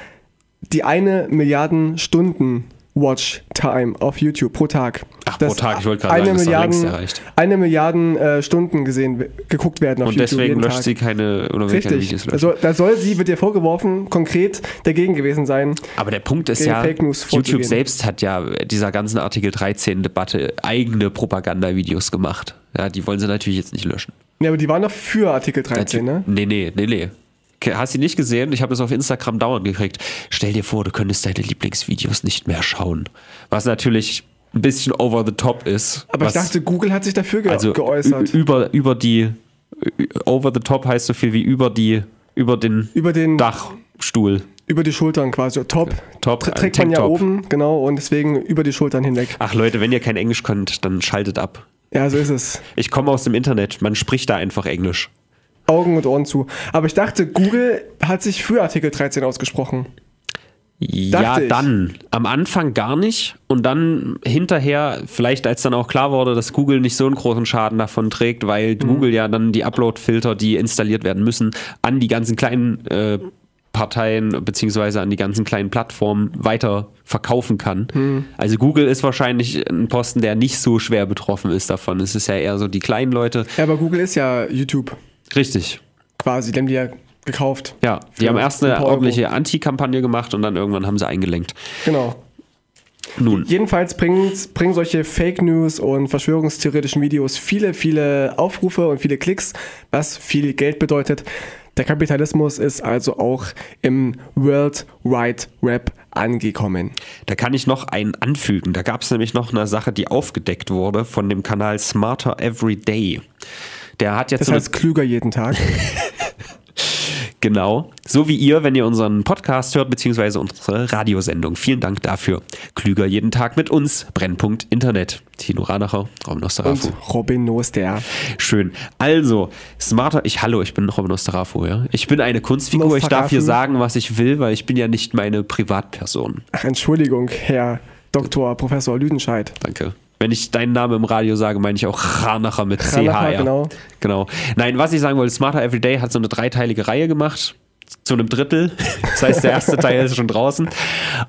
Speaker 2: die eine Milliarden Stunden Watch Time auf YouTube pro Tag.
Speaker 1: Ach, pro
Speaker 2: Dass
Speaker 1: Tag, ich wollte gerade sagen,
Speaker 2: eine
Speaker 1: das ist doch
Speaker 2: Milliarden,
Speaker 1: längst erreicht.
Speaker 2: Eine Milliarden äh, Stunden gesehen, geguckt werden auf
Speaker 1: Und
Speaker 2: YouTube.
Speaker 1: deswegen
Speaker 2: jeden
Speaker 1: löscht
Speaker 2: Tag.
Speaker 1: sie keine oder will keine Videos
Speaker 2: Richtig. Also
Speaker 1: löschen.
Speaker 2: Da soll, da soll sie, wird ihr vorgeworfen, konkret dagegen gewesen sein.
Speaker 1: Aber der Punkt ist
Speaker 2: gegen
Speaker 1: ja,
Speaker 2: Fake News vorzugehen.
Speaker 1: YouTube selbst hat ja dieser ganzen Artikel 13-Debatte eigene Propagandavideos gemacht. Ja, die wollen sie natürlich jetzt nicht löschen.
Speaker 2: Ja, aber die waren doch für Artikel 13, ne?
Speaker 1: Nee, nee, nee, nee. Ke- Hast du nicht gesehen? Ich habe das auf Instagram dauernd gekriegt. Stell dir vor, du könntest deine Lieblingsvideos nicht mehr schauen. Was natürlich ein bisschen over the top ist.
Speaker 2: Aber
Speaker 1: was,
Speaker 2: ich dachte, Google hat sich dafür ge
Speaker 1: also
Speaker 2: geäußert.
Speaker 1: ü- über, über die, ü- over the top heißt so viel wie über die, über den
Speaker 2: Über den,
Speaker 1: Dachstuhl.
Speaker 2: über die Schultern quasi. Top.
Speaker 1: Top,
Speaker 2: Tr-
Speaker 1: ein
Speaker 2: Trägt man ja
Speaker 1: Tanktop.
Speaker 2: oben, genau, und deswegen über die Schultern hinweg.
Speaker 1: Ach Leute, wenn ihr kein Englisch könnt, dann schaltet ab.
Speaker 2: Ja, so ist es.
Speaker 1: Ich komme aus dem Internet, man spricht da einfach Englisch.
Speaker 2: Augen und Ohren zu. Aber ich dachte, Google hat sich für Artikel 13 ausgesprochen.
Speaker 1: ja,
Speaker 2: ich.
Speaker 1: dann. Am Anfang gar nicht und dann hinterher, vielleicht als dann auch klar wurde, dass Google nicht so einen großen Schaden davon trägt, weil Google ja dann die Upload-Filter, die installiert werden müssen, an die ganzen kleinen äh, Parteien beziehungsweise an die ganzen kleinen Plattformen weiter verkaufen kann. Also Google ist wahrscheinlich ein Posten, der nicht so schwer betroffen ist davon. Es ist ja eher so die kleinen Leute.
Speaker 2: Ja, aber Google ist ja YouTube
Speaker 1: Richtig.
Speaker 2: quasi. Die haben die ja gekauft.
Speaker 1: Ja, die
Speaker 2: Für
Speaker 1: haben erst
Speaker 2: ein
Speaker 1: eine
Speaker 2: paar Euro.
Speaker 1: ordentliche Anti-Kampagne gemacht und dann irgendwann haben sie eingelenkt.
Speaker 2: Genau.
Speaker 1: Nun,
Speaker 2: Jedenfalls bringen, bringen solche Fake News und verschwörungstheoretischen Videos viele, viele Aufrufe und viele Klicks, was viel Geld bedeutet. Der Kapitalismus ist also auch im World Wide Web angekommen.
Speaker 1: da kann ich noch einen anfügen. Da gab es nämlich noch eine Sache, die aufgedeckt wurde von dem Kanal Smarter Every Day. Der hat jetzt
Speaker 2: Das
Speaker 1: so eine-
Speaker 2: heißt klüger jeden Tag.
Speaker 1: Genau. So wie ihr, wenn ihr unseren Podcast hört, beziehungsweise unsere Radiosendung. Vielen Dank dafür. Klüger jeden Tag mit uns. Brennpunkt Internet. Tino Ranacher, Raum Nostarafu.
Speaker 2: Und Robin Noster.
Speaker 1: Schön. Also, smarter. Ich, hallo, ich bin Robin Ostarafu, ja. Ich bin eine Kunstfigur. Ich darf hier
Speaker 2: Nostarafu.
Speaker 1: sagen, was ich will, weil ich bin ja nicht meine Privatperson.
Speaker 2: Ach, Entschuldigung, Herr Dr. Professor Lüdenscheid.
Speaker 1: Danke. Wenn ich deinen Namen im Radio sage, meine ich auch Ranacher mit
Speaker 2: Ranacher,
Speaker 1: CH.
Speaker 2: genau.
Speaker 1: genau. Nein, was ich sagen wollte, Smarter Everyday hat so eine dreiteilige Reihe gemacht. Zu einem Drittel. Das heißt, der erste Teil ist schon draußen.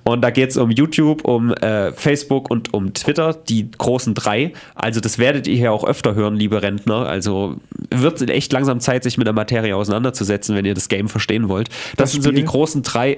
Speaker 1: Und da geht es um YouTube, um äh, Facebook und um Twitter, die großen drei. Also, das werdet ihr hier auch öfter hören, liebe Rentner. Also, wird in echt langsam Zeit, sich mit der Materie auseinanderzusetzen, wenn ihr das Game verstehen wollt. Das,
Speaker 2: Das
Speaker 1: sind so
Speaker 2: Spiel.
Speaker 1: die großen drei.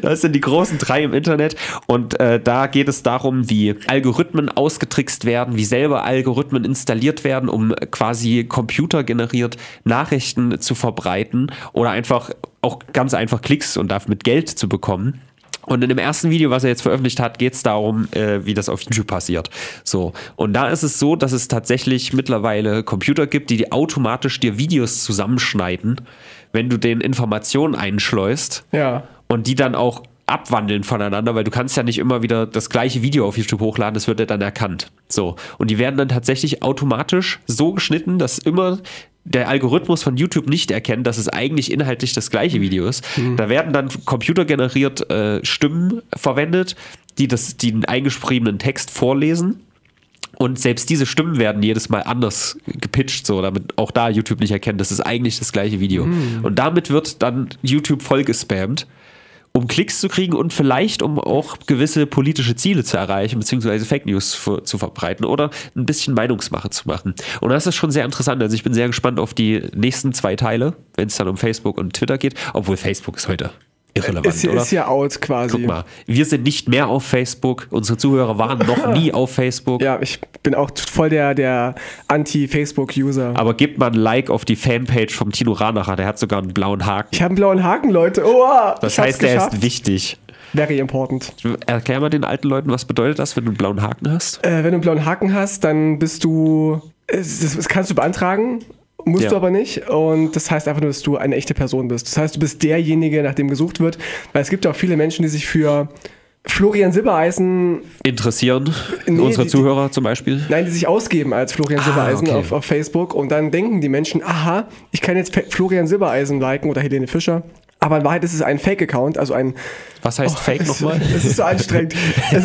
Speaker 1: Das sind die großen drei im Internet. Und äh, da geht es darum, wie Algorithmen ausgetrickst werden, wie selber Algorithmen installiert werden, um quasi computergeneriert Nachrichten zu verbreiten oder einfach auch ganz einfach Klicks und damit Geld zu bekommen. Und in dem ersten Video, was er jetzt veröffentlicht hat, geht es darum, äh, wie das auf YouTube passiert. So. Und da ist es so, dass es tatsächlich mittlerweile Computer gibt, die, die automatisch dir Videos zusammenschneiden, wenn du den Informationen einschleust
Speaker 2: Ja.
Speaker 1: und die dann auch abwandeln voneinander, weil du kannst ja nicht immer wieder das gleiche Video auf YouTube hochladen, das wird ja dann erkannt. So. Und die werden dann tatsächlich automatisch so geschnitten, dass immer der Algorithmus von YouTube nicht erkennt, dass es eigentlich inhaltlich das gleiche Video ist. Da werden dann computergeneriert äh, Stimmen verwendet, die das, die den eingeschriebenen Text vorlesen. Und selbst diese Stimmen werden jedes Mal anders gepitcht, so damit auch da YouTube nicht erkennt, das ist eigentlich das gleiche Video.
Speaker 2: Hm.
Speaker 1: Und damit wird dann YouTube voll gespammt, um Klicks zu kriegen und vielleicht um auch gewisse politische Ziele zu erreichen, beziehungsweise Fake News für, zu verbreiten oder ein bisschen Meinungsmache zu machen. Und das ist schon sehr interessant. Also ich bin sehr gespannt auf die nächsten zwei Teile, wenn es dann um Facebook und Twitter geht, obwohl Facebook ist heute irrelevant,
Speaker 2: Äh, Ist,
Speaker 1: oder?
Speaker 2: ist ja out quasi.
Speaker 1: Guck mal, wir sind nicht mehr auf Facebook. Unsere Zuhörer waren noch nie auf Facebook.
Speaker 2: Ja, ich bin auch voll der, der Anti-Facebook-User.
Speaker 1: Aber gebt mal ein Like auf die Fanpage vom Tino Ranacher, der hat sogar einen blauen Haken.
Speaker 2: Ich habe einen blauen Haken, Leute. Oh,
Speaker 1: Das
Speaker 2: ich hab's
Speaker 1: heißt, der
Speaker 2: geschafft.
Speaker 1: ist wichtig.
Speaker 2: Very important.
Speaker 1: Erklär mal den alten Leuten, was bedeutet das, wenn du einen blauen Haken hast?
Speaker 2: Äh, wenn du einen blauen Haken hast, dann bist du. es- Das, das kannst du beantragen musst
Speaker 1: Ja.
Speaker 2: du aber nicht. Und das heißt einfach nur, dass du eine echte Person bist. Das heißt, du bist derjenige, nach dem gesucht wird. Weil es gibt ja auch viele Menschen, die sich für Florian Silbereisen
Speaker 1: Interessieren
Speaker 2: Nee,
Speaker 1: unsere
Speaker 2: die-
Speaker 1: Zuhörer zum Beispiel.
Speaker 2: Nein, die sich ausgeben als Florian
Speaker 1: Ah,
Speaker 2: Silbereisen
Speaker 1: okay.
Speaker 2: auf, auf Facebook und dann denken die Menschen, aha, ich kann jetzt Fe- Florian Silbereisen liken oder Helene Fischer. Aber in Wahrheit ist es ein Fake-Account, also ein.
Speaker 1: Was heißt Fake
Speaker 2: es,
Speaker 1: nochmal?
Speaker 2: Es ist so anstrengend. Es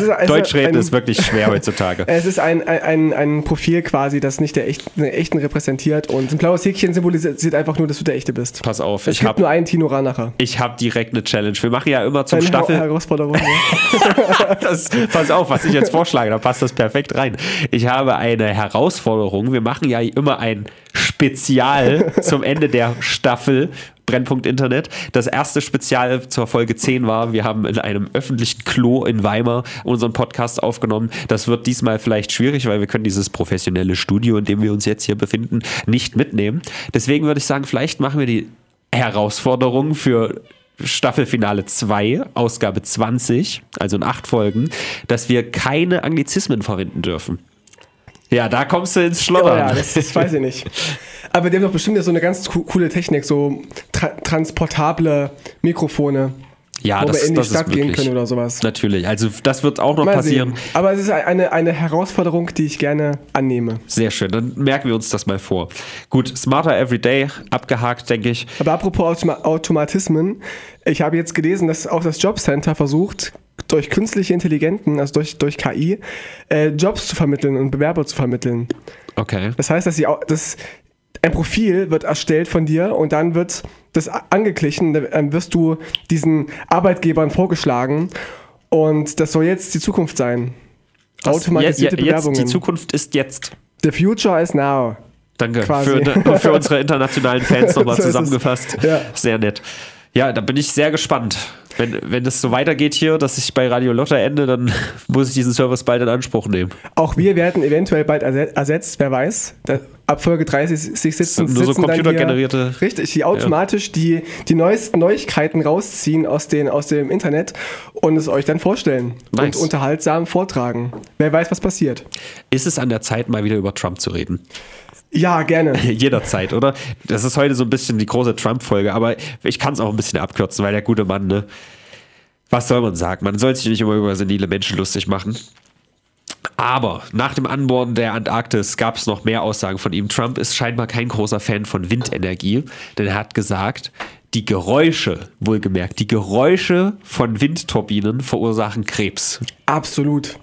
Speaker 2: ist, es
Speaker 1: Deutschreden
Speaker 2: ein-
Speaker 1: ist wirklich schwer heutzutage.
Speaker 2: Es ist ein, ein, ein, ein Profil quasi, das nicht der echten, den echten repräsentiert und ein blaues Häkchen symbolisiert einfach nur, dass du der echte bist.
Speaker 1: Pass auf,
Speaker 2: Es
Speaker 1: ich
Speaker 2: gibt
Speaker 1: hab-
Speaker 2: nur einen Tino Ranacher.
Speaker 1: Ich habe direkt eine Challenge. Wir machen ja immer zum
Speaker 2: Deine Her-
Speaker 1: Staffel.
Speaker 2: Herausforderung. ja.
Speaker 1: Das, pass auf, was ich jetzt vorschlage, da passt das perfekt rein. Ich habe eine Herausforderung. Wir machen ja immer ein Spezial zum Ende der Staffel. Brennpunkt Internet. Das erste Spezial zur Folge 10 war, wir haben in einem öffentlichen Klo in Weimar unseren Podcast aufgenommen. Das wird diesmal vielleicht schwierig, weil wir können dieses professionelle Studio, in dem wir uns jetzt hier befinden, nicht mitnehmen. Deswegen würde ich sagen, vielleicht machen wir die Herausforderung für Staffelfinale 2, Ausgabe 20, also in acht Folgen, dass wir keine Anglizismen verwenden dürfen. Ja, da kommst du ins
Speaker 2: Oh
Speaker 1: Schlottern.
Speaker 2: ja, das, das weiß ich nicht. Aber die haben doch bestimmt so eine ganz co- coole Technik, so tra transportable Mikrofone.
Speaker 1: ja,
Speaker 2: wo
Speaker 1: das,
Speaker 2: wir in die
Speaker 1: das
Speaker 2: Stadt
Speaker 1: ist
Speaker 2: gehen
Speaker 1: möglich.
Speaker 2: können oder sowas.
Speaker 1: Natürlich, also das wird auch noch
Speaker 2: Mal
Speaker 1: passieren.
Speaker 2: sehen. Aber es ist eine, eine Herausforderung, die ich gerne annehme.
Speaker 1: Sehr schön, dann merken wir uns das mal vor. Gut, Smarter Everyday, abgehakt, denke ich.
Speaker 2: Aber apropos Automa Automatismen, ich habe jetzt gelesen, dass auch das Jobcenter versucht, durch künstliche Intelligenten, also durch, durch KI, äh, Jobs zu vermitteln und Bewerber zu vermitteln.
Speaker 1: Okay.
Speaker 2: Das heißt, dass sie auch, dass ein Profil wird erstellt von dir und dann wird das a- angeglichen, dann wirst du diesen Arbeitgebern vorgeschlagen und das soll jetzt die Zukunft sein. Automatisierte
Speaker 1: ja, ja, jetzt,
Speaker 2: Bewerbungen.
Speaker 1: die Zukunft ist jetzt.
Speaker 2: The future is now.
Speaker 1: Danke
Speaker 2: Quasi.
Speaker 1: für, für unsere internationalen Fans nochmal
Speaker 2: So ist es.
Speaker 1: zusammengefasst.
Speaker 2: Ja.
Speaker 1: Sehr nett. Ja, da bin ich sehr gespannt. Wenn, wenn das so weitergeht hier, dass ich bei Radio Lotta ende, dann muss ich diesen Service bald in Anspruch nehmen.
Speaker 2: Auch wir werden eventuell bald erset- ersetzt, wer weiß. Da, ab Folge 30 sich sitzen,
Speaker 1: Nur so
Speaker 2: sitzen dann hier-
Speaker 1: computergenerierte-
Speaker 2: Richtig, die automatisch die, die neuesten Neuigkeiten rausziehen aus, den, aus dem Internet und es euch dann vorstellen
Speaker 1: Nice.
Speaker 2: und unterhaltsam vortragen. Wer weiß, was passiert.
Speaker 1: Ist es an der Zeit, mal wieder über Trump zu reden?
Speaker 2: Ja, gerne.
Speaker 1: Jederzeit, oder? Das ist heute so ein bisschen die große Trump-Folge, aber ich kann es auch ein bisschen abkürzen, weil der gute Mann, ne? Was soll man sagen? Man soll sich nicht immer über senile Menschen lustig machen. Aber nach dem Anbohren der Antarktis gab es noch mehr Aussagen von ihm. Trump ist scheinbar kein großer Fan von Windenergie, denn er hat gesagt, die Geräusche, wohlgemerkt, die Geräusche von Windturbinen verursachen Krebs.
Speaker 2: Absolut.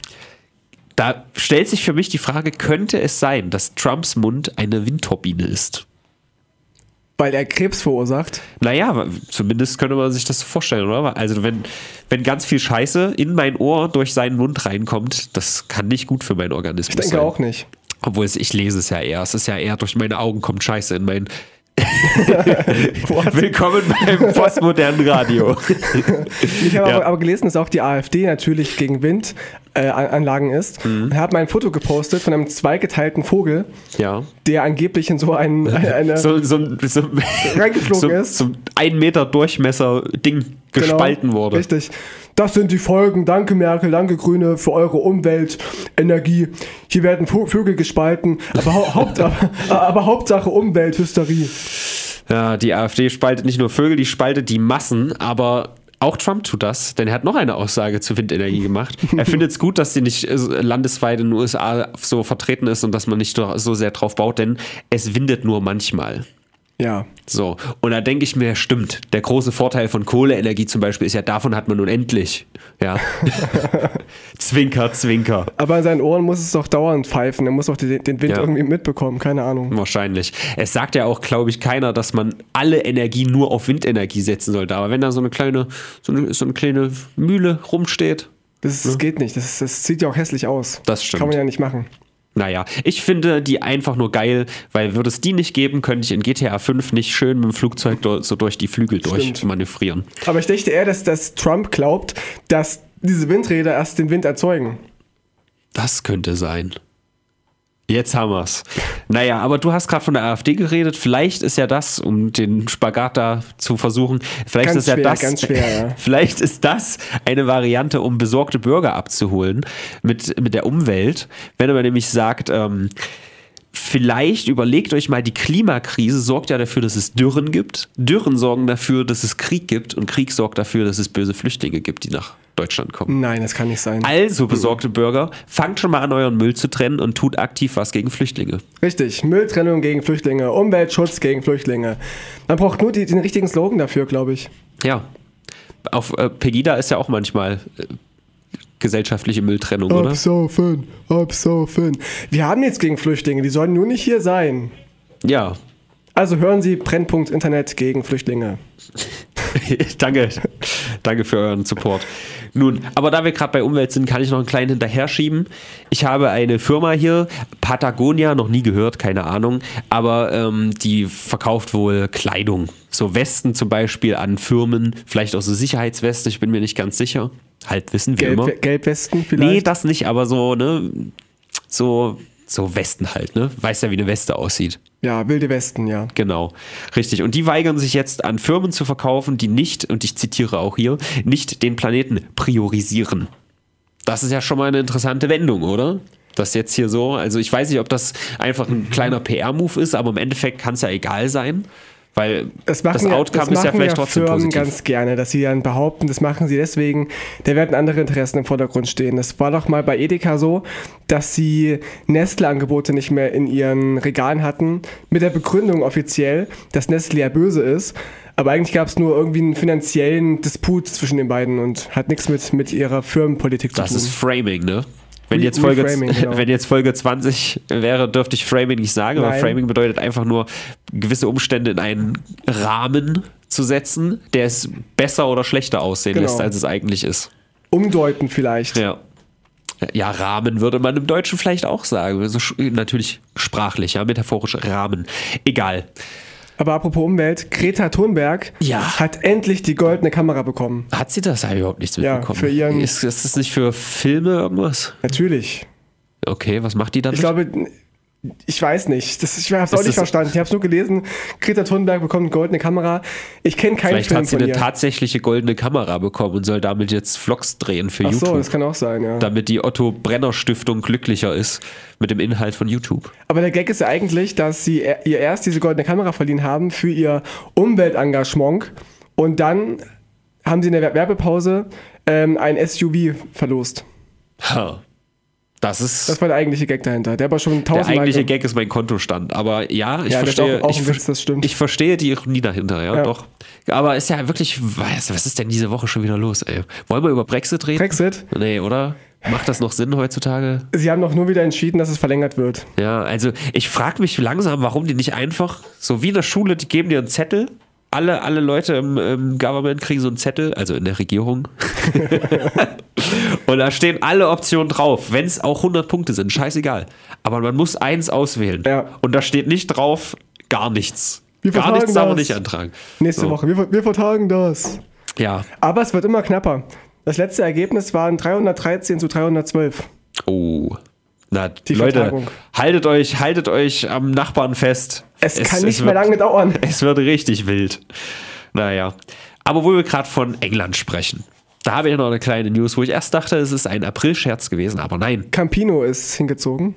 Speaker 1: Da stellt sich für mich die Frage, könnte es sein, dass Trumps Mund eine Windturbine ist?
Speaker 2: Weil er Krebs verursacht.
Speaker 1: Naja, wa- zumindest könnte man sich das so vorstellen, oder? Also wenn, wenn ganz viel Scheiße in mein Ohr durch seinen Mund reinkommt, das kann nicht gut für meinen Organismus
Speaker 2: Ich denke
Speaker 1: sein.
Speaker 2: auch nicht.
Speaker 1: Obwohl es, ich lese es ja eher. Es ist ja eher durch meine Augen kommt Scheiße in mein. Willkommen beim postmodernen Radio.
Speaker 2: Ich habe
Speaker 1: Ja.
Speaker 2: aber, aber gelesen, dass auch die AfD natürlich gegen Windanlagen äh, An- Anlagen ist.
Speaker 1: Mhm.
Speaker 2: Und habe mal ein Foto gepostet von einem zweigeteilten Vogel,
Speaker 1: ja.
Speaker 2: der angeblich in so einen, eine,
Speaker 1: So, so, ein- so, ein- so,
Speaker 2: Reingeflogen ist.
Speaker 1: So ein ein Meter Durchmesser-Ding
Speaker 2: Genau,
Speaker 1: gespalten wurde.
Speaker 2: Richtig. Das sind die Folgen. Danke, Merkel. Danke, Grüne, für eure Umwelt, Energie. Hier werden Vo- Vögel gespalten. Aber, hau Haupt aber, aber Hauptsache Umwelthysterie.
Speaker 1: Ja, Äh, die AfD spaltet nicht nur Vögel, die spaltet die Massen, aber auch Trump tut das, denn er hat noch eine Aussage zu Windenergie gemacht. Er findet es gut, dass sie nicht äh, landesweit in den USA so vertreten ist und dass man nicht dra- so sehr drauf baut, denn es windet nur manchmal.
Speaker 2: Ja.
Speaker 1: So, und da denke ich mir, stimmt, der große Vorteil von Kohleenergie zum Beispiel ist ja, davon hat man unendlich. Ja. zwinker, zwinker.
Speaker 2: Aber in seinen Ohren muss es doch dauernd pfeifen. Er muss doch den, den Wind
Speaker 1: Ja.
Speaker 2: irgendwie mitbekommen. Keine Ahnung.
Speaker 1: Wahrscheinlich. Es sagt ja auch, glaube ich, keiner, dass man alle Energie nur auf Windenergie setzen sollte. Aber wenn da so eine kleine, so eine, so eine kleine Mühle rumsteht,
Speaker 2: Das, ist- das geht nicht. Das, das sieht ja auch hässlich aus.
Speaker 1: Das stimmt.
Speaker 2: Kann man ja nicht machen.
Speaker 1: naja, ich finde die einfach nur geil, weil würde es die nicht geben, könnte ich in GTA 5 nicht schön mit dem Flugzeug do, so durch die Flügel durch
Speaker 2: Stimmt.
Speaker 1: manövrieren.
Speaker 2: Aber ich dachte eher, dass, dass Trump glaubt, dass diese Windräder erst den Wind erzeugen.
Speaker 1: Das könnte sein. Jetzt haben wir's. Naja, aber du hast gerade von der AfD geredet. Vielleicht ist ja das, um den Spagat da zu versuchen, vielleicht
Speaker 2: Ganz
Speaker 1: ist ja
Speaker 2: schwer,
Speaker 1: das,
Speaker 2: ganz schwer, ja.
Speaker 1: vielleicht ist das eine Variante, um besorgte Bürger abzuholen mit, mit der Umwelt. Wenn man nämlich sagt, ähm, vielleicht überlegt euch mal, die Klimakrise sorgt ja dafür, dass es Dürren gibt. Dürren sorgen dafür, dass es Krieg gibt. Und Krieg sorgt dafür, dass es böse Flüchtlinge gibt, die nach Deutschland kommen.
Speaker 2: Nein, das kann nicht sein.
Speaker 1: Also, besorgte Bürger, fangt schon mal an, euren Müll zu trennen und tut aktiv was gegen Flüchtlinge.
Speaker 2: Richtig, Mülltrennung gegen Flüchtlinge, Umweltschutz gegen Flüchtlinge. Man braucht nur die, den richtigen Slogan dafür, glaube ich.
Speaker 1: Ja. Auf äh, Pegida ist ja auch manchmal äh, gesellschaftliche Mülltrennung, oder?
Speaker 2: Absaufen, absaufen. Wir haben nichts gegen Flüchtlinge, die sollen nur nicht hier sein.
Speaker 1: Ja.
Speaker 2: Also hören Sie Brennpunkt Internet gegen Flüchtlinge.
Speaker 1: Danke. Danke für euren Support. Nun, aber da wir gerade bei Umwelt sind, kann ich noch einen kleinen hinterher schieben. Ich habe eine Firma hier, Patagonia, noch nie gehört, keine Ahnung, aber ähm, die verkauft wohl Kleidung. So Westen zum Beispiel an Firmen, vielleicht auch so Sicherheitswesten, ich bin mir nicht ganz sicher. Halt wissen wir immer.
Speaker 2: Gelb, Gelbwesten vielleicht?
Speaker 1: Nee, das nicht, aber so, ne, so, so Westen halt, ne? Weiß ja, wie eine Weste aussieht.
Speaker 2: ja, wilde Westen, ja.
Speaker 1: Genau, richtig. Und die weigern sich jetzt an Firmen zu verkaufen, die nicht, und ich zitiere auch hier, nicht den Planeten priorisieren. Das ist ja schon mal eine interessante Wendung, oder? Das jetzt hier so, also ich weiß nicht, ob das einfach ein kleiner PR-Move ist, aber im Endeffekt kann es ja egal sein, weil das,
Speaker 2: ja-
Speaker 1: Outcome
Speaker 2: das
Speaker 1: ist ja
Speaker 2: machen
Speaker 1: vielleicht trotzdem
Speaker 2: Firmen
Speaker 1: positiv.
Speaker 2: ganz gerne, dass sie dann behaupten, das machen sie deswegen, da werden andere Interessen im Vordergrund stehen. Das war doch mal bei Edeka so, dass sie Nestle-Angebote nicht mehr in ihren Regalen hatten, mit der Begründung offiziell, dass Nestle ja böse ist. Aber eigentlich gab es nur irgendwie einen finanziellen Disput zwischen den beiden und hat nichts mit, mit ihrer Firmenpolitik
Speaker 1: das
Speaker 2: zu tun.
Speaker 1: ist Framing, ne? Wenn
Speaker 2: Re-
Speaker 1: jetzt, Folge,
Speaker 2: Reframing, genau.
Speaker 1: wenn jetzt Folge 20 wäre, dürfte ich Framing nicht sagen, aber
Speaker 2: Nein.
Speaker 1: Framing bedeutet einfach nur, gewisse Umstände in einen Rahmen zu setzen, der es besser oder schlechter aussehen
Speaker 2: Genau.
Speaker 1: lässt, als es eigentlich ist.
Speaker 2: Umdeuten vielleicht.
Speaker 1: Ja. Ja, Rahmen würde man im Deutschen vielleicht auch sagen. Also sch- natürlich sprachlich, ja, metaphorisch Rahmen. Egal.
Speaker 2: Aber apropos Umwelt, Greta Thunberg
Speaker 1: Ja.
Speaker 2: hat endlich die goldene Kamera bekommen.
Speaker 1: Hat sie das eigentlich überhaupt nichts
Speaker 2: Ja,
Speaker 1: mitbekommen?
Speaker 2: für ihren-
Speaker 1: ist, ist das nicht für Filme irgendwas?
Speaker 2: Natürlich.
Speaker 1: Okay, was macht die dann?
Speaker 2: Ich glaube, ich weiß nicht. Das, ich habe es auch
Speaker 1: Das
Speaker 2: nicht
Speaker 1: ist-
Speaker 2: verstanden. Ich habe es nur gelesen. Greta Thunberg bekommt eine goldene Kamera. Ich kenne keinen
Speaker 1: Vielleicht
Speaker 2: Film
Speaker 1: hat sie
Speaker 2: von
Speaker 1: eine
Speaker 2: ihr.
Speaker 1: tatsächliche goldene Kamera bekommen und soll damit jetzt Vlogs drehen für
Speaker 2: Ach so,
Speaker 1: YouTube.
Speaker 2: das kann auch sein, ja.
Speaker 1: damit die Otto Brenner Stiftung glücklicher ist mit dem Inhalt von YouTube.
Speaker 2: Aber der Gag ist ja eigentlich, dass sie e- ihr erst diese goldene Kamera verliehen haben für ihr Umweltengagement und dann haben sie in der Wer- Werbepause ähm, ein SUV verlost.
Speaker 1: Ha. Das ist
Speaker 2: Das war der eigentliche Gag dahinter. Der war schon
Speaker 1: der
Speaker 2: tausendmal.
Speaker 1: eigentliche
Speaker 2: ge-
Speaker 1: Gag ist mein Kontostand. Aber ja, ich
Speaker 2: Ja, das ist
Speaker 1: verstehe.
Speaker 2: auch- auch ein
Speaker 1: ich,
Speaker 2: Witz, das stimmt.
Speaker 1: ich verstehe die Ironie dahinter, ja,
Speaker 2: Ja.
Speaker 1: doch. Aber ist ja wirklich, was, was ist denn diese Woche schon wieder los, ey? Wollen wir über Brexit reden?
Speaker 2: Brexit.
Speaker 1: Nee, oder? Macht das noch Sinn heutzutage?
Speaker 2: Sie haben doch nur wieder entschieden, dass es verlängert wird.
Speaker 1: Ja, also ich frage mich langsam, warum die nicht einfach, so wie in der Schule, die geben dir einen Zettel. Alle, alle Leute im, im Government kriegen so einen Zettel, also in der Regierung. Und da stehen alle Optionen drauf, wenn es auch 100 Punkte sind, scheißegal. Aber man muss eins auswählen.
Speaker 2: Ja.
Speaker 1: Und da steht nicht drauf, gar nichts.
Speaker 2: Wir
Speaker 1: Gar
Speaker 2: vertagen
Speaker 1: nichts darf man
Speaker 2: das.
Speaker 1: nicht antragen.
Speaker 2: Nächste
Speaker 1: So.
Speaker 2: Woche. Wir, ver- wir vertagen das.
Speaker 1: Ja.
Speaker 2: Aber es wird immer knapper. Das letzte Ergebnis waren 313 zu 312.
Speaker 1: Oh. Na,
Speaker 2: Die
Speaker 1: Leute,
Speaker 2: Vertagung.
Speaker 1: haltet euch, haltet euch am Nachbarn fest.
Speaker 2: Es, kann nicht mehr
Speaker 1: wird-
Speaker 2: lange dauern.
Speaker 1: Es wird richtig wild. Naja. Aber wo wir gerade von England sprechen. Da habe ich noch eine kleine News, wo ich erst dachte, es ist ein April-Scherz gewesen, aber nein.
Speaker 2: Campino ist hingezogen.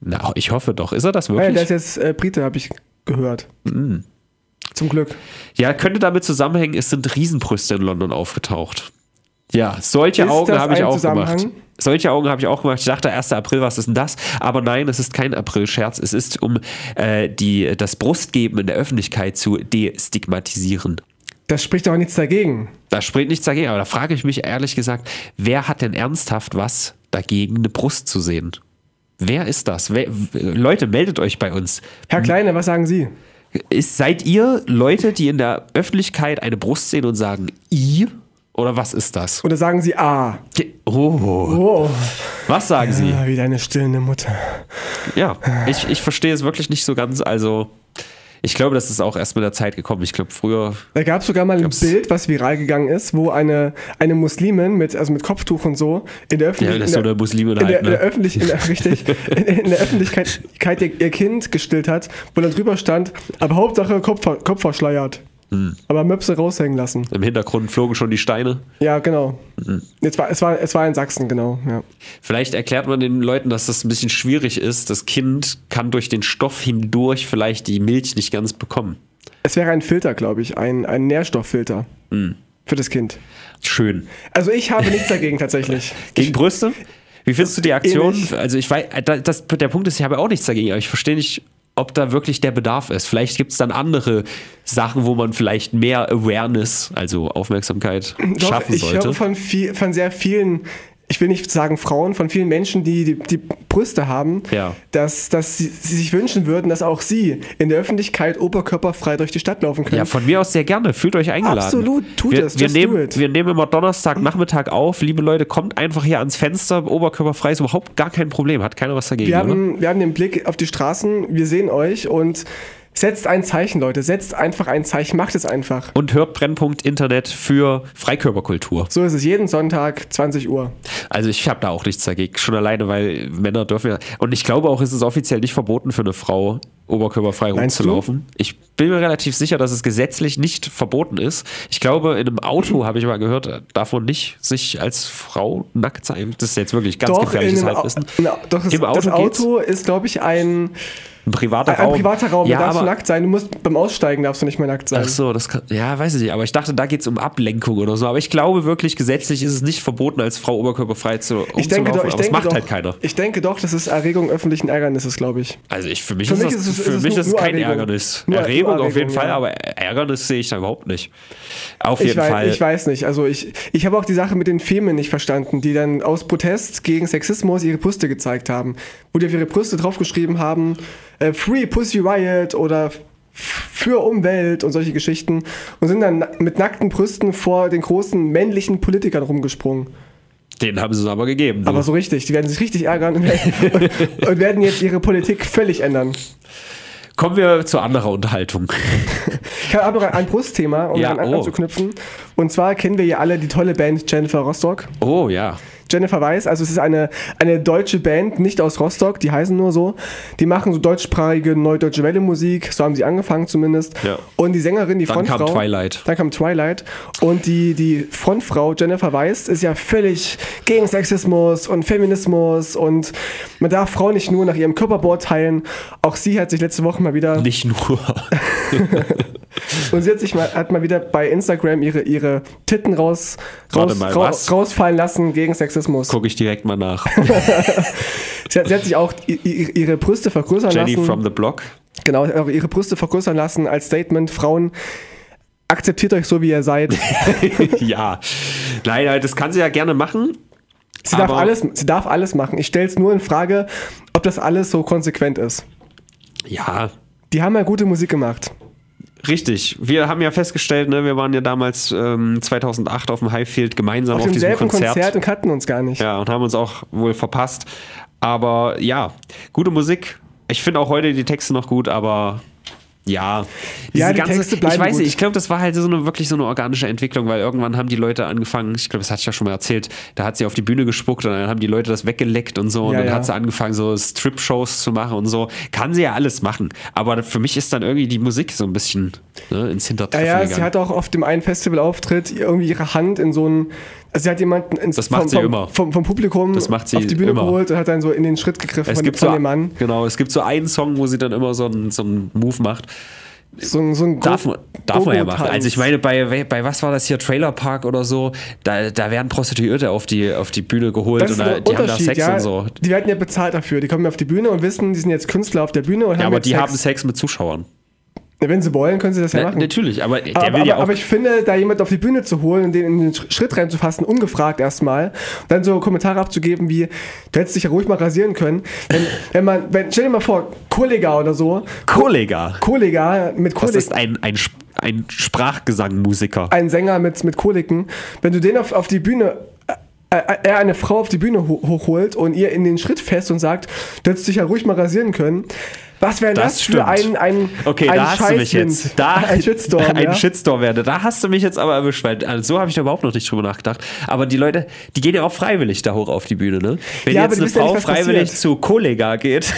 Speaker 1: Na, ich hoffe doch. Ist er das
Speaker 2: Naja,
Speaker 1: wirklich? Mhm.
Speaker 2: der ist jetzt äh, Brite, habe ich gehört. Zum Glück.
Speaker 1: ja, könnte damit zusammenhängen, es sind Riesenbrüste in London aufgetaucht. Ja, solche
Speaker 2: Ist
Speaker 1: Augen
Speaker 2: das
Speaker 1: habe ich
Speaker 2: ein
Speaker 1: auch gemacht.
Speaker 2: Zusammenhang?
Speaker 1: Solche Augen habe ich auch gemacht. Ich dachte, 1. April, was ist denn das? Aber nein, es ist kein April-Scherz. Es ist, um äh, die, das Brustgeben in der Öffentlichkeit zu destigmatisieren.
Speaker 2: Das spricht doch nichts dagegen.
Speaker 1: Da spricht nichts dagegen, aber da frage ich mich ehrlich gesagt, wer hat denn ernsthaft was dagegen, eine Brust zu sehen? Wer ist das? Wer, w- Leute, meldet euch bei uns.
Speaker 2: Herr Kleine, was sagen Sie?
Speaker 1: Ist, seid ihr Leute, die in der Öffentlichkeit eine Brust sehen und sagen, i? Oder was ist das?
Speaker 2: Oder sagen Sie Ah?
Speaker 1: Oh,
Speaker 2: Oh,
Speaker 1: was sagen sie?
Speaker 2: ah, wieder eine stillende Mutter.
Speaker 1: Ja, ich, ich verstehe es wirklich nicht so ganz. Also, ich glaube, das ist auch erst mit der Zeit gekommen. Ich glaube, früher
Speaker 2: Da gab es sogar mal ein Bild, was viral gegangen ist, wo eine, eine Muslimin mit, also mit Kopftuch und so in der
Speaker 1: Ja,
Speaker 2: Öffentlichkeit.
Speaker 1: das ist so eine Muslimin
Speaker 2: in der,
Speaker 1: halt,
Speaker 2: in der,
Speaker 1: ne?
Speaker 2: Öffentlich, in der, richtig, in, in der Öffentlichkeit ihr, ihr Kind gestillt hat, wo dann drüber stand, aber Hauptsache Kopf, ver- Kopf verschleiert.
Speaker 1: Hm.
Speaker 2: Aber Möpse raushängen lassen.
Speaker 1: Im Hintergrund flogen schon die Steine.
Speaker 2: Ja, genau.
Speaker 1: Hm.
Speaker 2: Jetzt war, es, war, es war in Sachsen, genau. Ja.
Speaker 1: Vielleicht erklärt man den Leuten, dass das ein bisschen schwierig ist. Das Kind kann durch den Stoff hindurch vielleicht die Milch nicht ganz bekommen.
Speaker 2: Es wäre ein Filter, glaube ich, ein, ein Nährstofffilter
Speaker 1: Hm.
Speaker 2: für das Kind.
Speaker 1: Schön.
Speaker 2: Also ich habe nichts dagegen tatsächlich.
Speaker 1: Gegen Brüste? Wie findest du die Aktion?
Speaker 2: Ähnlich.
Speaker 1: Also ich weiß, da- das, der Punkt ist, ich habe auch nichts dagegen, aber ich verstehe nicht, ob da wirklich der Bedarf ist. Vielleicht gibt es dann andere Sachen, wo man vielleicht mehr Awareness, also Aufmerksamkeit,
Speaker 2: Doch,
Speaker 1: schaffen
Speaker 2: ich
Speaker 1: sollte.
Speaker 2: höre von, viel, von sehr vielen, ich will nicht sagen Frauen, von vielen Menschen, die die, die Brüste haben,
Speaker 1: Ja.
Speaker 2: dass, dass sie, sie sich wünschen würden, dass auch sie in der Öffentlichkeit oberkörperfrei durch die Stadt laufen können.
Speaker 1: Ja, von mir aus sehr gerne. Fühlt euch eingeladen.
Speaker 2: Absolut, tut
Speaker 1: wir,
Speaker 2: es,
Speaker 1: Wir
Speaker 2: just do
Speaker 1: nehmen,
Speaker 2: it.
Speaker 1: wir nehmen immer Donnerstag Nachmittag auf. Liebe Leute, kommt einfach hier ans Fenster, oberkörperfrei, ist überhaupt gar kein Problem. Hat keiner was dagegen,
Speaker 2: wir,
Speaker 1: oder?
Speaker 2: haben, wir haben den Blick auf die Straßen, wir sehen euch und setzt ein Zeichen, Leute. Setzt einfach ein Zeichen, macht es einfach.
Speaker 1: Und hört Brennpunkt Internet für Freikörperkultur.
Speaker 2: So ist es jeden Sonntag, 20 Uhr.
Speaker 1: Also ich habe da auch nichts dagegen. Schon alleine, weil Männer dürfen ja. Und ich glaube auch, ist es ist offiziell nicht verboten für eine Frau, oberkörperfrei
Speaker 2: Meinst
Speaker 1: rumzulaufen. Ich bin mir relativ sicher, dass es gesetzlich nicht verboten ist. Ich glaube, in einem Auto, habe ich mal gehört, darf man nicht sich als Frau nackt zeigen. Das ist jetzt wirklich ganz gefährliches
Speaker 2: in einem Au-
Speaker 1: Halbwissen.
Speaker 2: in einem- doch, das,
Speaker 1: Im Auto
Speaker 2: das Auto ist, glaube ich, ein,
Speaker 1: Ein privater
Speaker 2: ein,
Speaker 1: Raum.
Speaker 2: privater Raum.
Speaker 1: Ja,
Speaker 2: da darfst du
Speaker 1: aber,
Speaker 2: nackt sein. Du musst beim Aussteigen darfst du nicht mehr nackt sein.
Speaker 1: ach so, das kann, ja, weiß ich nicht. Aber ich dachte, da geht es um Ablenkung oder so. Aber ich glaube wirklich, gesetzlich ist es nicht verboten, als Frau oberkörperfrei zu
Speaker 2: Ich denke doch,
Speaker 1: rumzulaufen.
Speaker 2: ich
Speaker 1: aber es
Speaker 2: denke
Speaker 1: macht
Speaker 2: doch,
Speaker 1: halt keiner.
Speaker 2: Ich denke doch, das ist Erregung öffentlichen Ärgernisses, glaube ich.
Speaker 1: Also ich, für mich
Speaker 2: Für
Speaker 1: ist
Speaker 2: mich
Speaker 1: das,
Speaker 2: ist es-
Speaker 1: für
Speaker 2: ist es
Speaker 1: mich
Speaker 2: nur-
Speaker 1: ist es
Speaker 2: nur
Speaker 1: kein
Speaker 2: Erregung.
Speaker 1: Ärgernis.
Speaker 2: Nur- nur
Speaker 1: Erregung auf jeden
Speaker 2: Erregung,
Speaker 1: Fall,
Speaker 2: ja.
Speaker 1: aber Ärgernis sehe ich da überhaupt nicht. Auf
Speaker 2: Ich
Speaker 1: jeden
Speaker 2: weiß,
Speaker 1: Fall.
Speaker 2: ich weiß nicht. Also ich, ich habe auch die Sache mit den Femen nicht verstanden, die dann aus Protest gegen Sexismus ihre Brüste gezeigt haben. Wo die auf ihre Brüste draufgeschrieben haben, äh, Free Pussy Riot oder f- für Umwelt und solche Geschichten und sind dann na- mit nackten Brüsten vor den großen männlichen Politikern rumgesprungen.
Speaker 1: Den haben sie es aber gegeben. du.
Speaker 2: Aber so richtig, die werden sich richtig ärgern und, und, und werden jetzt ihre Politik völlig ändern.
Speaker 1: Kommen wir zu anderer Unterhaltung.
Speaker 2: Ich habe auch noch ein Brustthema, um
Speaker 1: Ja,
Speaker 2: daran
Speaker 1: oh.
Speaker 2: anzuknüpfen. Und zwar kennen wir ja alle die tolle Band Jennifer Rostock.
Speaker 1: Oh ja.
Speaker 2: Jennifer Weiß, also es ist eine, eine deutsche Band, nicht aus Rostock, die heißen nur so. Die machen so deutschsprachige Neudeutsche Welle Musik, so haben sie angefangen zumindest.
Speaker 1: Ja.
Speaker 2: Und die Sängerin, die
Speaker 1: Dann kam
Speaker 2: Frontfrau.
Speaker 1: Twilight.
Speaker 2: Dann kam Twilight. Und die, die Frontfrau Jennifer Weiß ist ja völlig gegen Sexismus und Feminismus und man darf Frauen nicht nur nach ihrem Körper beurteilen. Auch sie hat sich letzte Woche mal wieder
Speaker 1: Nicht nur.
Speaker 2: und sie hat sich mal, hat mal wieder bei Instagram ihre, ihre Titten raus,
Speaker 1: Warte
Speaker 2: raus,
Speaker 1: mal,
Speaker 2: rau-
Speaker 1: was?
Speaker 2: rausfallen lassen gegen Sexismus.
Speaker 1: Gucke ich direkt mal nach.
Speaker 2: Sie hat, sie hat sich auch i- i- ihre Brüste vergrößern
Speaker 1: Jenny
Speaker 2: lassen.
Speaker 1: from the Block.
Speaker 2: genau, auch ihre Brüste vergrößern lassen als Statement, Frauen, akzeptiert euch so, wie ihr seid.
Speaker 1: ja. Leider, das kann sie ja gerne machen.
Speaker 2: Sie, darf
Speaker 1: Aber-
Speaker 2: alles, sie darf alles machen. Ich stelle es nur in Frage, ob das alles so konsequent ist.
Speaker 1: Ja,
Speaker 2: Die haben ja gute Musik gemacht.
Speaker 1: Richtig. Wir haben ja festgestellt, ne, wir waren ja damals ähm, 2008 auf dem Highfield gemeinsam auf,
Speaker 2: Auf
Speaker 1: diesem
Speaker 2: demselben
Speaker 1: Konzert.
Speaker 2: Konzert. und kannten uns gar nicht.
Speaker 1: Ja, und haben uns auch wohl verpasst. Aber ja, gute Musik. Ich finde auch heute die Texte noch gut, aber ja.
Speaker 2: Ja, die Texte bleiben
Speaker 1: ich weiß
Speaker 2: gut.
Speaker 1: nicht, ich glaube, das war halt so eine wirklich so eine organische Entwicklung, weil irgendwann haben die Leute angefangen, ich glaube, das hatte ich ja schon mal erzählt, da hat sie auf die Bühne gespuckt und dann haben die Leute das weggeleckt und so und
Speaker 2: Ja,
Speaker 1: dann
Speaker 2: ja.
Speaker 1: hat sie angefangen, so Strip-Shows zu machen und so. Kann sie ja alles machen, aber für mich ist dann irgendwie die Musik so ein bisschen ne, ins
Speaker 2: Ja,
Speaker 1: Hintertreffen
Speaker 2: ja,
Speaker 1: gegangen.
Speaker 2: sie hat auch auf dem einen Festivalauftritt irgendwie ihre Hand in so einen. Also sie hat jemanden ins,
Speaker 1: Das macht
Speaker 2: vom,
Speaker 1: sie
Speaker 2: vom,
Speaker 1: immer.
Speaker 2: Vom, vom Publikum
Speaker 1: Das macht sie
Speaker 2: auf die Bühne
Speaker 1: immer.
Speaker 2: geholt und hat dann so in den Schritt gegriffen
Speaker 1: es
Speaker 2: von,
Speaker 1: gibt
Speaker 2: von
Speaker 1: so,
Speaker 2: dem Mann.
Speaker 1: Genau, es gibt so einen Song, wo sie dann immer so einen, so einen Move macht.
Speaker 2: So, ein- so ein
Speaker 1: Darf,
Speaker 2: Go-
Speaker 1: man- darf man ja machen.
Speaker 2: Go-Go-Tanz.
Speaker 1: Also ich meine, bei, bei was war das hier, Trailer Park oder so, da, da werden Prostituierte auf die, auf die Bühne geholt
Speaker 2: Das
Speaker 1: und
Speaker 2: ist
Speaker 1: da,
Speaker 2: ein
Speaker 1: die haben da
Speaker 2: Unterschied,
Speaker 1: Sex
Speaker 2: ja.
Speaker 1: und so.
Speaker 2: Die werden ja bezahlt dafür. Die kommen ja auf die Bühne und wissen, die sind jetzt Künstler auf der Bühne und
Speaker 1: Ja,
Speaker 2: haben
Speaker 1: aber
Speaker 2: jetzt
Speaker 1: die
Speaker 2: Sex.
Speaker 1: haben Ne, Sex mit Zuschauern.
Speaker 2: Ja, Wenn sie wollen, können sie das ja
Speaker 1: Na,
Speaker 2: machen.
Speaker 1: natürlich, aber der
Speaker 2: aber,
Speaker 1: will ja
Speaker 2: aber,
Speaker 1: auch.
Speaker 2: aber ich finde, da jemand auf die Bühne zu holen und den in den Sch- Schritt reinzufassen, ungefragt erstmal, und dann so Kommentare abzugeben wie, du hättest dich ja ruhig mal rasieren können. Wenn, wenn man, wenn, stell dir mal vor, Kollega oder so,
Speaker 1: Kollega.
Speaker 2: Kollega mit
Speaker 1: Das
Speaker 2: Kolik,
Speaker 1: ist ein, ein, Sp- ein Sprachgesangmusiker.
Speaker 2: ein Sänger mit, mit Koliken, wenn du den auf, auf die Bühne, äh, äh, er eine Frau auf die Bühne ho hochholt und ihr in den Schritt fest und sagt, du hättest dich ja ruhig mal rasieren können. Was wäre das,
Speaker 1: Das
Speaker 2: für
Speaker 1: stimmt.
Speaker 2: ein, ein,
Speaker 1: Okay,
Speaker 2: ein
Speaker 1: da hast du mich
Speaker 2: Scheißwind?
Speaker 1: jetzt. Da,
Speaker 2: ein Shitstorm.
Speaker 1: Ein
Speaker 2: ja?
Speaker 1: Shitstorm werde. Da hast du mich jetzt aber erwischt, weil also so habe ich da überhaupt noch nicht drüber nachgedacht. Aber die Leute, die gehen ja auch freiwillig da hoch auf die Bühne, ne? Wenn
Speaker 2: Ja, aber
Speaker 1: jetzt
Speaker 2: die
Speaker 1: eine
Speaker 2: wissen ja
Speaker 1: Frau
Speaker 2: nicht, was
Speaker 1: freiwillig
Speaker 2: passiert.
Speaker 1: zu Kollega geht,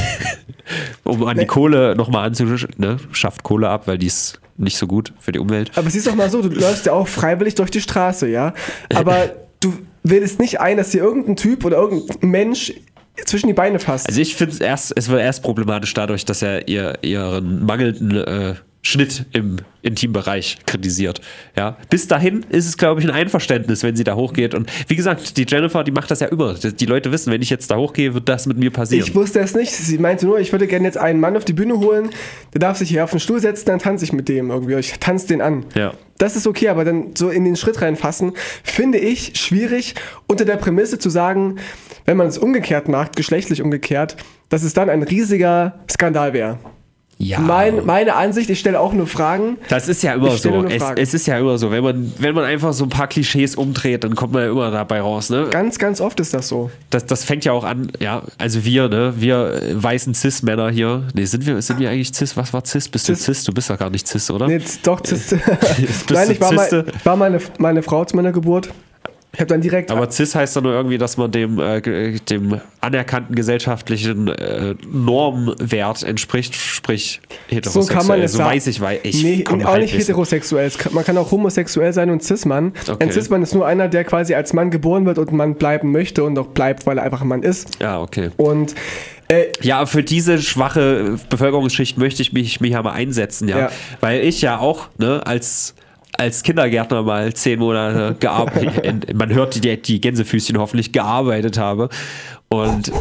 Speaker 1: um an die Kohle nochmal anzuschaffen, ne? Schafft Kohle ab, weil die ist nicht so gut für die Umwelt.
Speaker 2: Aber siehst doch mal so, du läufst ja auch freiwillig durch die Straße, ja. Aber du willst nicht ein, dass dir irgendein Typ oder irgendein Mensch zwischen die Beine fasst.
Speaker 1: Also ich finde es erst, es wird erst problematisch dadurch, dass er ihr, ihren mangelnden äh, Schnitt im Intimbereich kritisiert. Ja, bis dahin ist es, glaube ich, ein Einverständnis, wenn sie da hochgeht. Und wie gesagt, die Jennifer, die macht das ja über. Die Leute wissen, wenn ich jetzt da hochgehe, wird das mit mir passieren.
Speaker 2: Ich wusste es nicht. Sie meinte nur, ich würde gerne jetzt einen Mann auf die Bühne holen, der darf sich hier auf den Stuhl setzen, dann tanze ich mit dem irgendwie. Ich tanze den an.
Speaker 1: Ja.
Speaker 2: Das ist okay, aber dann so in den Schritt reinfassen, finde ich schwierig, unter der Prämisse zu sagen, wenn man es umgekehrt macht, geschlechtlich umgekehrt, dass es dann ein riesiger Skandal wäre.
Speaker 1: ja.
Speaker 2: Mein, meine Ansicht, ich stelle auch nur Fragen.
Speaker 1: Das ist ja immer
Speaker 2: Ich stelle
Speaker 1: so.
Speaker 2: nur
Speaker 1: Es,
Speaker 2: Fragen.
Speaker 1: es ist ja immer so. Wenn man, wenn man einfach so ein paar Klischees umdreht, dann kommt man ja immer dabei raus. Ne?
Speaker 2: Ganz, ganz oft ist das so.
Speaker 1: Das, das fängt ja auch an, ja, also wir, ne, wir äh, weißen Cis-Männer hier. Nee, sind wir, sind wir eigentlich Cis? Was war Cis? Bist du Cis?
Speaker 2: Cis.
Speaker 1: Du bist ja gar nicht Cis, oder?
Speaker 2: Nee, z- doch, Ziste.
Speaker 1: Äh, Bist
Speaker 2: Nein,
Speaker 1: du
Speaker 2: ich war, mal,
Speaker 1: Ziste?
Speaker 2: war meine, meine Frau zu meiner Geburt. Ich habe dann direkt.
Speaker 1: Aber Cis heißt dann nur irgendwie, dass man dem, äh, ge- dem anerkannten gesellschaftlichen äh, Normwert entspricht, sprich
Speaker 2: so
Speaker 1: heterosexuell.
Speaker 2: kann man
Speaker 1: äh,
Speaker 2: es
Speaker 1: so
Speaker 2: sagen.
Speaker 1: weiß ich, weil ich
Speaker 2: nee,
Speaker 1: komm
Speaker 2: auch
Speaker 1: halt
Speaker 2: nicht
Speaker 1: nicht.
Speaker 2: heterosexuell. Es kann- Man kann auch homosexuell sein und Cis-Mann.
Speaker 1: Okay.
Speaker 2: Ein Cis-Mann ist nur einer, der quasi als Mann geboren wird und ein Mann bleiben möchte und auch bleibt, weil er einfach ein Mann ist.
Speaker 1: Ja, okay.
Speaker 2: Und äh,
Speaker 1: Ja, für diese schwache Bevölkerungsschicht möchte ich mich, mich ja mal einsetzen, ja.
Speaker 2: Ja.
Speaker 1: Weil ich ja auch, ne, als, als Kindergärtner mal zehn Monate gearbeitet, man hört die, die Gänsefüßchen hoffentlich, gearbeitet habe. Und äh,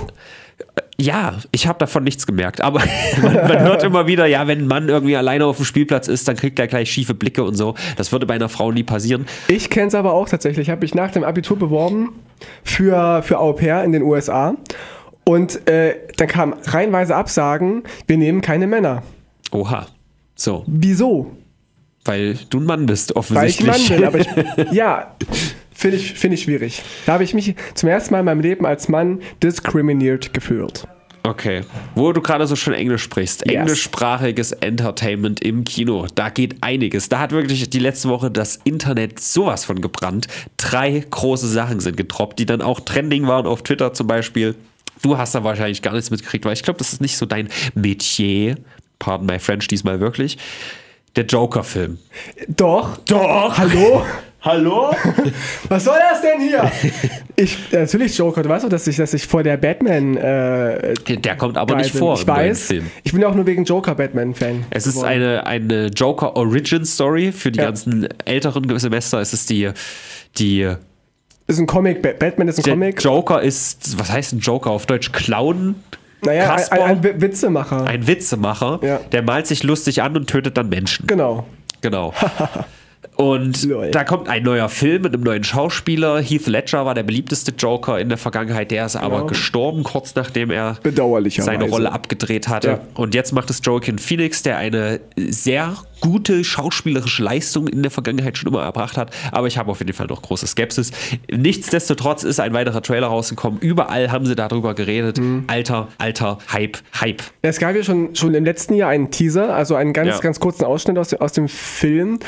Speaker 1: ja, ich habe davon nichts gemerkt. Aber man, man hört immer wieder, ja, wenn ein Mann irgendwie alleine auf dem Spielplatz ist, dann kriegt er gleich schiefe Blicke und so. Das würde bei einer Frau nie passieren.
Speaker 2: Ich kenne es aber auch tatsächlich. Habe mich nach dem Abitur beworben für, für Au pair in den USA. Und äh, dann kam reihenweise Absagen, wir nehmen keine Männer.
Speaker 1: Oha. So,
Speaker 2: Wieso?
Speaker 1: weil du ein Mann bist,
Speaker 2: Weil ich
Speaker 1: offensichtlich.
Speaker 2: Mann bin, aber ich, ja, finde ich, find ich schwierig. Da habe ich mich zum ersten Mal in meinem Leben als Mann discriminated gefühlt.
Speaker 1: Okay. Wo du gerade so schön Englisch sprichst.
Speaker 2: Yes.
Speaker 1: Englischsprachiges Entertainment im Kino. Da geht einiges. Da hat wirklich die letzte Woche das Internet sowas von gebrannt. Drei große Sachen sind getroppt, die dann auch trending waren auf Twitter zum Beispiel. Du hast da wahrscheinlich gar nichts mitgekriegt, weil ich glaube, das ist nicht so dein Metier. Pardon my French diesmal wirklich. Der Joker-Film.
Speaker 2: Doch,
Speaker 1: Doch!
Speaker 2: hallo?
Speaker 1: Hallo?
Speaker 2: Was soll das denn hier? Ich, natürlich, Joker, du weißt doch, dass ich, dass ich vor der Batman äh,
Speaker 1: Der kommt aber nicht
Speaker 2: bin.
Speaker 1: vor
Speaker 2: Ich
Speaker 1: im neuen
Speaker 2: weiß.
Speaker 1: Film.
Speaker 2: Ich bin auch nur wegen Joker Batman-Fan.
Speaker 1: Es ist eine, eine Joker Origin Story. Für die
Speaker 2: Ja.
Speaker 1: ganzen älteren Semester ist es die, die
Speaker 2: Ist ein Comic, Ba- Batman ist ein
Speaker 1: der
Speaker 2: Comic.
Speaker 1: Joker ist, was heißt ein Joker auf Deutsch? Clown?
Speaker 2: Naja, ein,
Speaker 1: Kasper?
Speaker 2: ein, ein Wi- Witzemacher.
Speaker 1: ein Witzemacher,
Speaker 2: Ja.
Speaker 1: der malt sich lustig an und tötet dann Menschen.
Speaker 2: genau.
Speaker 1: Genau. Und
Speaker 2: Lol.
Speaker 1: da kommt ein neuer Film mit einem neuen Schauspieler. Heath Ledger war der beliebteste Joker in der Vergangenheit. Der ist aber gestorben, kurz nachdem er
Speaker 2: Bedauerlicherweise.
Speaker 1: seine Rolle abgedreht hatte.
Speaker 2: Ja.
Speaker 1: Und jetzt macht es Joaquin Phoenix, der eine sehr gute schauspielerische Leistung in der Vergangenheit schon immer erbracht hat. Aber ich habe auf jeden Fall noch große Skepsis. Nichtsdestotrotz ist ein weiterer Trailer rausgekommen. Überall haben sie darüber geredet.
Speaker 2: Mhm.
Speaker 1: Alter, alter, Hype, Hype.
Speaker 2: Es gab ja schon, schon im letzten Jahr einen Teaser, also einen ganz,
Speaker 1: Ja.
Speaker 2: ganz kurzen Ausschnitt aus, dem- aus dem Film.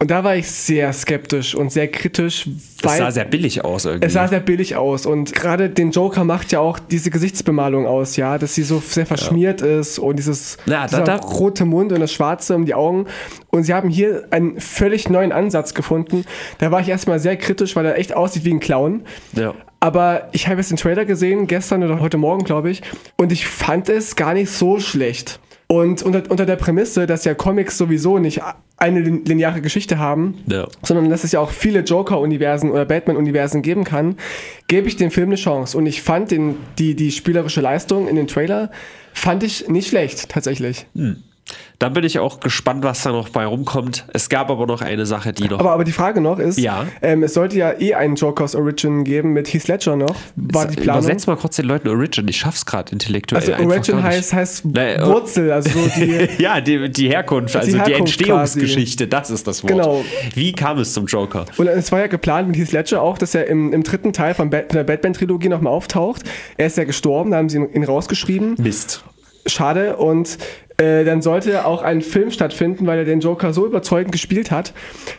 Speaker 2: Und da war ich sehr skeptisch und sehr kritisch,
Speaker 1: Es sah
Speaker 2: weil
Speaker 1: sehr billig aus irgendwie.
Speaker 2: es sah sehr billig aus. Und gerade den Joker macht ja auch diese Gesichtsbemalung aus, ja, dass sie so sehr verschmiert ist und dieses
Speaker 1: Ja, da-
Speaker 2: dieser
Speaker 1: da-
Speaker 2: rote Mund und das Schwarze um die Augen. Und sie haben hier einen völlig neuen Ansatz gefunden. Da war ich erstmal sehr kritisch, weil er echt aussieht wie ein Clown.
Speaker 1: ja.
Speaker 2: Aber ich habe jetzt den Trailer gesehen, gestern oder heute Morgen, glaube ich, und ich fand es gar nicht so schlecht. Und unter, unter der Prämisse, dass ja Comics sowieso nicht eine lin- lineare Geschichte haben,
Speaker 1: Ja.
Speaker 2: sondern dass es ja auch viele Joker-Universen oder Batman-Universen geben kann, gebe ich dem Film eine Chance. Und ich fand den, die, die spielerische Leistung in dem Trailer, fand ich nicht schlecht, tatsächlich.
Speaker 1: Hm. Dann bin ich auch gespannt, was da noch bei rumkommt. Es gab aber noch eine Sache, die noch.
Speaker 2: Aber, aber die Frage noch ist,
Speaker 1: Ja.
Speaker 2: ähm, es sollte ja eh einen Jokers Origin geben mit Heath Ledger noch. War die Planung?
Speaker 1: Übersetz mal kurz den Leuten Origin. Ich schaff's gerade intellektuell.
Speaker 2: Also
Speaker 1: einfach gar
Speaker 2: Origin
Speaker 1: nicht.
Speaker 2: heißt, heißt
Speaker 1: Nein, oh.
Speaker 2: Wurzel, also so die,
Speaker 1: Ja, die, die Herkunft, also die,
Speaker 2: Herkunft
Speaker 1: Entstehungsgeschichte, das ist das Wort.
Speaker 2: Genau.
Speaker 1: Wie kam es zum Joker?
Speaker 2: und es war ja geplant mit Heath Ledger auch, dass er im, im dritten Teil von, Bat von der Batman-Trilogie nochmal auftaucht. Er ist ja gestorben, da haben sie ihn, ihn rausgeschrieben.
Speaker 1: Mist.
Speaker 2: Schade. Und äh, dann sollte auch ein Film stattfinden, weil er den Joker so überzeugend gespielt hat.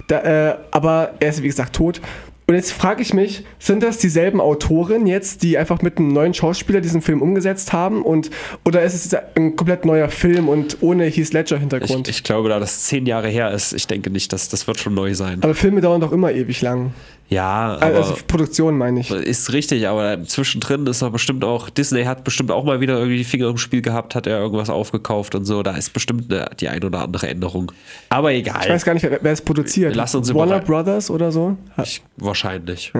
Speaker 2: Da, äh, aber er ist, wie gesagt, tot. Und jetzt frage ich mich, sind das dieselben Autoren jetzt, die einfach mit einem neuen Schauspieler diesen Film umgesetzt haben? Und, oder ist es ein komplett neuer Film und ohne Heath Ledger-Hintergrund?
Speaker 1: Ich, ich glaube, da das zehn Jahre her ist, ich denke nicht, dass das wird schon neu sein.
Speaker 2: aber Filme dauern doch immer ewig lang.
Speaker 1: Ja, aber
Speaker 2: Also Produktion meine ich.
Speaker 1: ist richtig, aber zwischendrin ist doch bestimmt auch, Disney hat bestimmt auch mal wieder irgendwie die Finger im Spiel gehabt, hat er irgendwas aufgekauft und so, da ist bestimmt eine, die ein oder andere Änderung. Aber egal.
Speaker 2: Ich weiß gar nicht, wer, wer es produziert.
Speaker 1: Lass uns
Speaker 2: Warner
Speaker 1: überraschen.
Speaker 2: Brothers oder so?
Speaker 1: Ich, wahrscheinlich.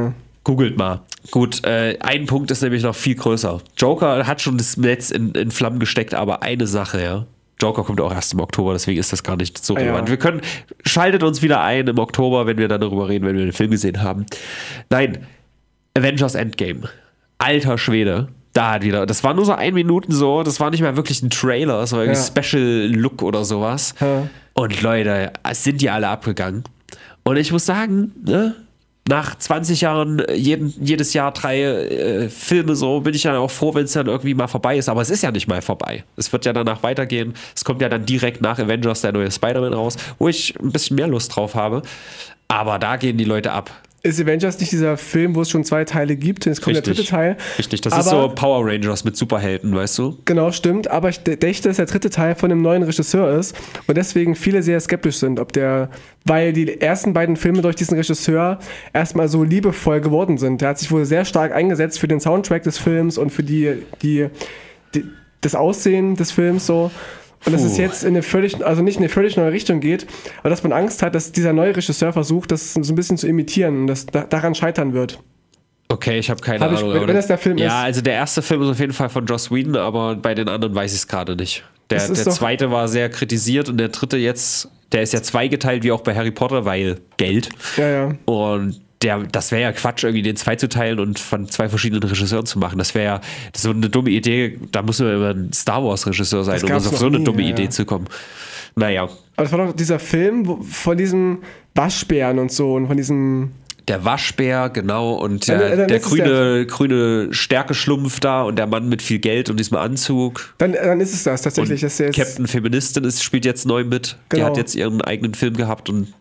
Speaker 1: Googelt mal. Gut, äh, ein Punkt ist nämlich noch viel größer. Joker hat schon das Netz in, in Flammen gesteckt, aber eine Sache, ja. Joker kommt auch erst im Oktober, deswegen ist das gar nicht so
Speaker 2: Ah, ja.
Speaker 1: relevant. Wir können, schaltet uns wieder ein im Oktober, wenn wir dann darüber reden, wenn wir den Film gesehen haben. Nein, Avengers Endgame. Alter Schwede. Da hat wieder, das war nur so ein Minuten so, das war nicht mal wirklich ein Trailer, das war irgendwie
Speaker 2: Ja.
Speaker 1: Special Look oder sowas.
Speaker 2: Ja.
Speaker 1: Und Leute, es sind die alle abgegangen. Und ich muss sagen, ne, nach 20 Jahren, äh, jeden, jedes Jahr drei äh, Filme so, bin ich dann auch froh, wenn es dann irgendwie mal vorbei ist. Aber es ist ja nicht mal vorbei. Es wird ja danach weitergehen. Es kommt ja dann direkt nach Avengers der neue Spider-Man raus, wo ich ein bisschen mehr Lust drauf habe. Aber da gehen die Leute ab.
Speaker 2: Ist Avengers nicht dieser Film, wo es schon zwei Teile gibt? Jetzt kommt der dritte Teil.
Speaker 1: Richtig, das ist
Speaker 2: Aber-
Speaker 1: so Power Rangers mit Superhelden, weißt du?
Speaker 2: Genau, stimmt. Aber ich d- dächte, dass der dritte Teil von einem neuen Regisseur ist und deswegen viele sehr skeptisch sind, ob der, weil die ersten beiden Filme durch diesen Regisseur erstmal so liebevoll geworden sind. Der hat sich wohl sehr stark eingesetzt für den Soundtrack des Films und für die, die, die das Aussehen des Films so. Und dass es
Speaker 1: Puh.
Speaker 2: jetzt in eine völlig, also nicht in eine völlig neue Richtung geht, aber dass man Angst hat, dass dieser neue Regisseur versucht, das so ein bisschen zu imitieren und dass da, daran scheitern wird.
Speaker 1: Okay, ich habe keine
Speaker 2: Hab ich-
Speaker 1: Ahnung.
Speaker 2: wenn-
Speaker 1: aber
Speaker 2: wenn das der Film
Speaker 1: ja,
Speaker 2: ist.
Speaker 1: also der erste Film ist auf jeden Fall von Joss Whedon, aber bei den anderen weiß ich es gerade nicht. Der,
Speaker 2: Das ist
Speaker 1: der
Speaker 2: doch-
Speaker 1: zweite war sehr kritisiert und der dritte jetzt, der ist ja zweigeteilt wie auch bei Harry Potter, weil Geld.
Speaker 2: Ja, ja.
Speaker 1: Und der, das wäre ja Quatsch, irgendwie den zwei zu teilen und von zwei verschiedenen Regisseuren zu machen. Das wäre ja das ist so eine dumme Idee. Da muss man immer ein Star Wars-Regisseur sein, um
Speaker 2: gab's
Speaker 1: auf
Speaker 2: noch
Speaker 1: so eine
Speaker 2: nie,
Speaker 1: dumme
Speaker 2: ja, ja.
Speaker 1: Idee zu kommen. Naja,
Speaker 2: Aber es war doch dieser Film wo, von diesem Waschbären und so und von diesem.
Speaker 1: Der Waschbär, genau, und
Speaker 2: Dann-
Speaker 1: der,
Speaker 2: dann
Speaker 1: der
Speaker 2: ist es
Speaker 1: grüne, grüne Stärkeschlumpf da und der Mann mit viel Geld und diesem Anzug.
Speaker 2: Dann, äh, dann ist es das tatsächlich. dass der jetzt,
Speaker 1: Captain Feministin ist, spielt jetzt neu mit. Die
Speaker 2: Genau.
Speaker 1: hat jetzt ihren eigenen Film gehabt und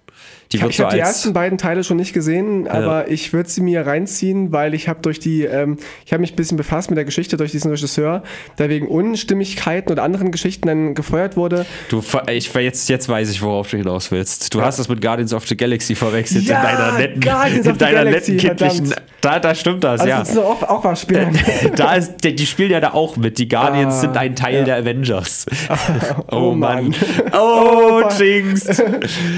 Speaker 1: die wird
Speaker 2: ich
Speaker 1: so
Speaker 2: habe die
Speaker 1: als.
Speaker 2: ersten beiden Teile schon nicht gesehen, aber ich würde sie mir reinziehen, weil ich habe durch die, ähm, ich habe mich ein bisschen befasst mit der Geschichte durch diesen Regisseur, der wegen Unstimmigkeiten oder anderen Geschichten dann gefeuert wurde.
Speaker 1: Du, ver- ich, ver- jetzt, jetzt weiß ich, worauf du hinaus willst. Du hast das mit Guardians of the Galaxy verwechselt
Speaker 2: Ja,
Speaker 1: in deiner netten,
Speaker 2: Guardians
Speaker 1: in
Speaker 2: of the
Speaker 1: deiner
Speaker 2: Galaxy,
Speaker 1: netten kindlichen.
Speaker 2: verdammt.
Speaker 1: Da, da stimmt das,
Speaker 2: Also
Speaker 1: ja. Äh,
Speaker 2: das sind auch, auch Waschbären.
Speaker 1: da ist, die, die spielen ja da auch mit. Die Guardians
Speaker 2: Ah,
Speaker 1: sind ein Teil
Speaker 2: ja.
Speaker 1: der Avengers.
Speaker 2: Oh Mann.
Speaker 1: Oh,
Speaker 2: Mann.
Speaker 1: Jinx.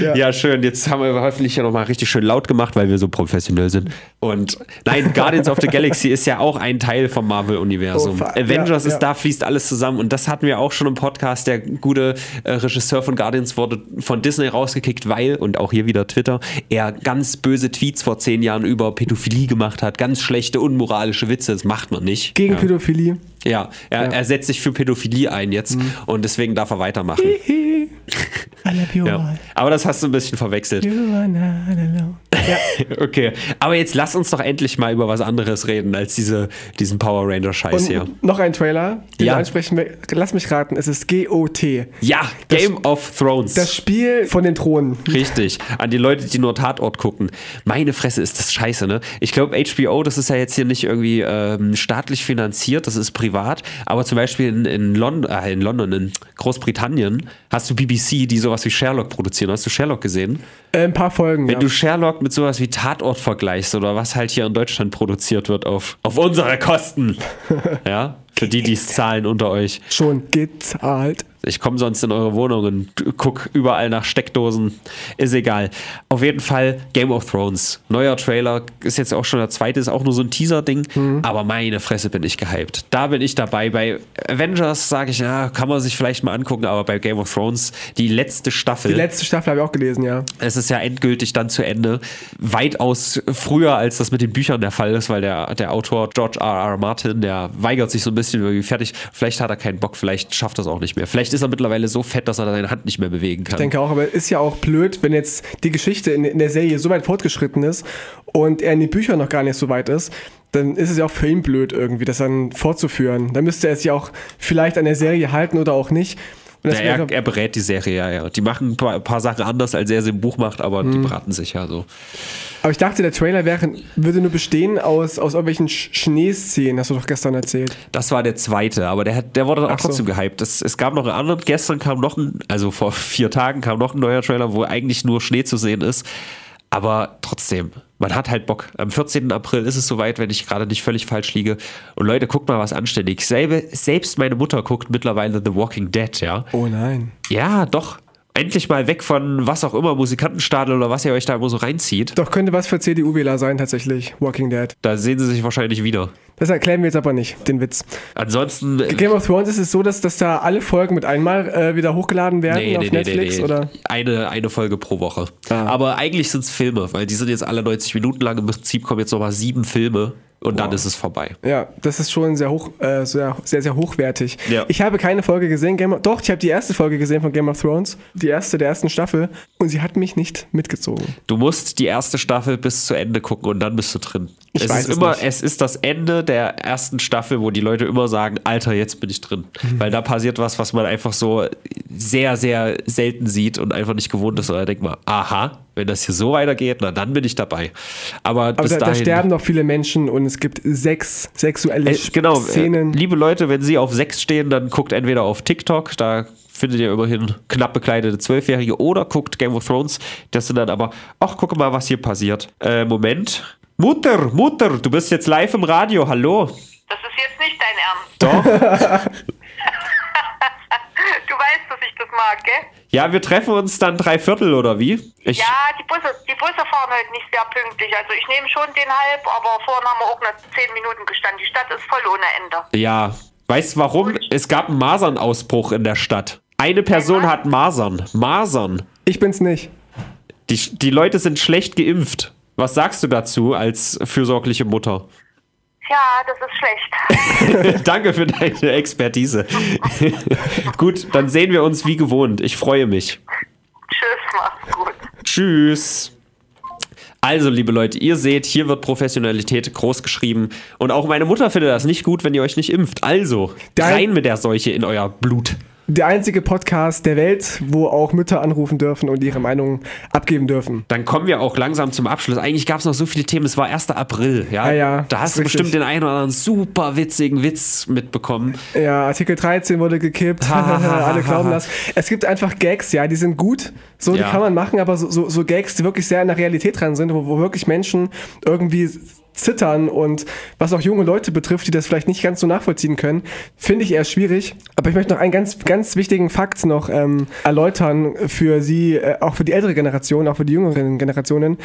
Speaker 1: ja.
Speaker 2: Ja.
Speaker 1: schön. Jetzt haben wir hoffentlich ja nochmal richtig schön laut gemacht, weil wir so professionell sind. Und nein, Guardians of the Galaxy ist ja auch ein Teil vom
Speaker 2: Oh,
Speaker 1: Marvel-Universum.
Speaker 2: fuck.
Speaker 1: Avengers
Speaker 2: Ja,
Speaker 1: ist
Speaker 2: ja.
Speaker 1: da, fließt alles zusammen. Und das hatten wir auch schon im Podcast. Der gute äh, Regisseur von Guardians wurde von Disney rausgekickt, weil, und auch hier wieder Twitter, er ganz böse Tweets vor zehn Jahren über Pädophilie gemacht hat. Ganz schlechte, unmoralische Witze. Das macht man nicht.
Speaker 2: Gegen
Speaker 1: ja.
Speaker 2: Pädophilie.
Speaker 1: Ja, er, er setzt sich für Pädophilie ein jetzt
Speaker 2: Mhm.
Speaker 1: und deswegen darf er weitermachen.
Speaker 2: I love you
Speaker 1: Ja.
Speaker 2: all.
Speaker 1: Aber das hast du ein bisschen verwechselt.
Speaker 2: You are not alone.
Speaker 1: Okay. Aber jetzt lass uns doch endlich mal über was anderes reden als diese, diesen Power Ranger-Scheiß
Speaker 2: Und
Speaker 1: hier.
Speaker 2: noch ein Trailer, den
Speaker 1: Ja.
Speaker 2: wir ansprechen. wir- Lass mich raten, es ist GOT.
Speaker 1: Ja, Game of Thrones.
Speaker 2: Das Spiel von den Thronen.
Speaker 1: Richtig. An die Leute, die nur Tatort gucken. Meine Fresse ist das scheiße, ne? Ich glaube, HBO, das ist ja jetzt hier nicht irgendwie ähm, staatlich finanziert, das ist privat. Aber zum Beispiel in, in, Lon äh, in London, in Großbritannien, hast du BBC, die sowas wie Sherlock produzieren. Hast du Sherlock gesehen?
Speaker 2: Äh, ein paar Folgen. ja.
Speaker 1: Wenn du Sherlock mit sowas wie Tatort vergleichst oder was halt hier in Deutschland produziert wird auf, auf unsere Kosten. ja, für die, die es zahlen unter euch.
Speaker 2: Schon halt. gezahlt.
Speaker 1: Ich komme sonst in eure Wohnung und guck überall nach Steckdosen. Ist egal. Auf jeden Fall Game of Thrones. Neuer Trailer. Ist jetzt auch schon der zweite. Ist auch nur so ein Teaser-Ding. Aber meine Fresse bin ich gehypt. Da bin ich dabei. Bei Avengers sage ich, ja, kann man sich vielleicht mal angucken. Aber bei Game of Thrones, die letzte Staffel.
Speaker 2: Die letzte Staffel habe ich auch gelesen, ja.
Speaker 1: es ist ja endgültig dann zu Ende. Weitaus früher, als das mit den Büchern der Fall ist, weil der, der Autor George R. R. Martin, der weigert sich so ein bisschen irgendwie fertig. Vielleicht hat er keinen Bock, vielleicht schafft er es auch nicht mehr. Vielleicht ist er mittlerweile so fett, dass er seine Hand nicht mehr bewegen kann.
Speaker 2: Ich denke auch, aber ist ja auch blöd, wenn jetzt die Geschichte in, in der Serie so weit fortgeschritten ist und er in den Büchern noch gar nicht so weit ist, dann ist es ja auch für ihn blöd irgendwie, das dann fortzuführen. Dann müsste er es ja auch vielleicht an der Serie halten oder auch nicht. Und
Speaker 1: Ja, er,
Speaker 2: wäre-
Speaker 1: er berät die Serie, ja, ja. Die machen ein paar, ein paar Sachen anders, als er sie im Buch macht, aber
Speaker 2: Mhm.
Speaker 1: die beraten sich ja so.
Speaker 2: aber ich dachte, der Trailer wäre, würde nur bestehen aus, aus irgendwelchen Sch Schneeszenen, hast du doch gestern erzählt.
Speaker 1: Das war der zweite, aber der, hat, der wurde dann auch
Speaker 2: Ach so.
Speaker 1: trotzdem gehypt. Es, es gab noch einen anderen, gestern kam noch ein, also vor vier Tagen kam noch ein neuer Trailer, wo eigentlich nur Schnee zu sehen ist. Aber trotzdem, man hat halt Bock. Am 14. April ist es soweit, wenn ich gerade nicht völlig falsch liege. Und Leute, guckt mal was anständig. Selbe, selbst meine Mutter guckt mittlerweile The Walking Dead, ja.
Speaker 2: Oh nein.
Speaker 1: Ja, doch. Endlich mal weg von was auch immer, Musikantenstadel oder was ihr euch da immer so reinzieht.
Speaker 2: Doch könnte was für CDU-Wähler sein, tatsächlich. Walking Dead.
Speaker 1: Da sehen sie sich wahrscheinlich wieder.
Speaker 2: Das erklären wir jetzt aber nicht, den Witz.
Speaker 1: Ansonsten. äh,
Speaker 2: Game of Thrones ist es so, dass, dass da alle Folgen mit einmal äh, wieder hochgeladen werden auf Netflix, oder?
Speaker 1: Eine, eine Folge pro Woche.
Speaker 2: Ah.
Speaker 1: Aber eigentlich sind es Filme, weil die sind jetzt alle 90 Minuten lang. Im Prinzip kommen jetzt nochmal sieben Filme und dann ist es vorbei.
Speaker 2: Ja, das ist schon sehr hoch, äh, sehr, sehr, sehr hochwertig.
Speaker 1: Ja.
Speaker 2: Ich habe keine Folge gesehen, Game of, doch, ich habe die erste Folge gesehen von Game of Thrones, die erste der ersten Staffel, und sie hat mich nicht mitgezogen.
Speaker 1: Du musst die erste Staffel bis zu Ende gucken und dann bist du drin.
Speaker 2: Ich
Speaker 1: es
Speaker 2: weiß
Speaker 1: ist
Speaker 2: es
Speaker 1: immer,
Speaker 2: nicht.
Speaker 1: es ist das Ende der ersten Staffel, wo die Leute immer sagen, Alter, jetzt bin ich drin.
Speaker 2: Mhm.
Speaker 1: Weil da passiert was, was man einfach so sehr, sehr selten sieht und einfach nicht gewohnt ist. Und dann denkt man, aha, wenn das hier so weitergeht, na dann bin ich dabei. Aber,
Speaker 2: Aber
Speaker 1: bis
Speaker 2: Also, da, da
Speaker 1: dahin.
Speaker 2: sterben doch viele Menschen und es gibt sechs sexuelle
Speaker 1: Äh, genau, äh,
Speaker 2: Szenen.
Speaker 1: liebe Leute, wenn Sie auf 6 stehen, dann guckt entweder auf TikTok, da findet ihr immerhin knapp bekleidete Zwölfjährige, oder guckt Game of Thrones. Das sind dann aber, ach, gucke mal, was hier passiert. Äh, Moment. Mutter, Mutter, du bist jetzt live im Radio, hallo.
Speaker 3: Das ist jetzt nicht dein Ernst.
Speaker 1: Doch.
Speaker 3: Du weißt, dass ich das mag, gell?
Speaker 1: ja, wir treffen uns dann drei Viertel, oder wie? Ich,
Speaker 3: Ja, die Busse, die Busse fahren heute nicht sehr pünktlich. Also ich nehme schon den halb, aber vorhin haben wir auch noch zehn Minuten gestanden. Die Stadt ist voll ohne Ende.
Speaker 1: ja. Weißt du warum? Es gab einen Masernausbruch in der Stadt. Eine Person hat Masern. Masern.
Speaker 2: Ich bin's nicht.
Speaker 1: Die, die Leute sind schlecht geimpft. Was sagst du dazu als fürsorgliche Mutter?
Speaker 3: Ja, das ist schlecht.
Speaker 1: Danke für deine Expertise. Gut, dann sehen wir uns wie gewohnt. Ich freue mich.
Speaker 3: Tschüss, mach's gut.
Speaker 1: Tschüss. Also, liebe Leute, ihr seht, hier wird Professionalität groß geschrieben. Und auch meine Mutter findet das nicht gut, wenn ihr euch nicht impft. Also,
Speaker 2: Dein-
Speaker 1: rein mit der Seuche in euer Blut.
Speaker 2: Der einzige Podcast der Welt, wo auch Mütter anrufen dürfen und ihre Meinung abgeben dürfen.
Speaker 1: Dann kommen wir auch langsam zum Abschluss. Eigentlich gab es noch so viele Themen. Es war 1. April. Ja,
Speaker 2: Ja, ja,
Speaker 1: da hast
Speaker 2: ist
Speaker 1: du
Speaker 2: richtig.
Speaker 1: bestimmt den einen oder anderen super witzigen Witz mitbekommen.
Speaker 2: Ja, Artikel 13 wurde gekippt, alle glauben das. Es gibt einfach Gags, ja, die sind gut, so die
Speaker 1: Ja.
Speaker 2: kann man machen, aber so, so, so Gags, die wirklich sehr in der Realität dran sind, wo, wo wirklich Menschen irgendwie zittern und was auch junge Leute betrifft, die das vielleicht nicht ganz so nachvollziehen können, finde ich eher schwierig. Aber ich möchte noch einen ganz, ganz wichtigen Fakt noch ähm, erläutern für Sie, äh, auch für die ältere Generation, auch für die jüngeren Generationen.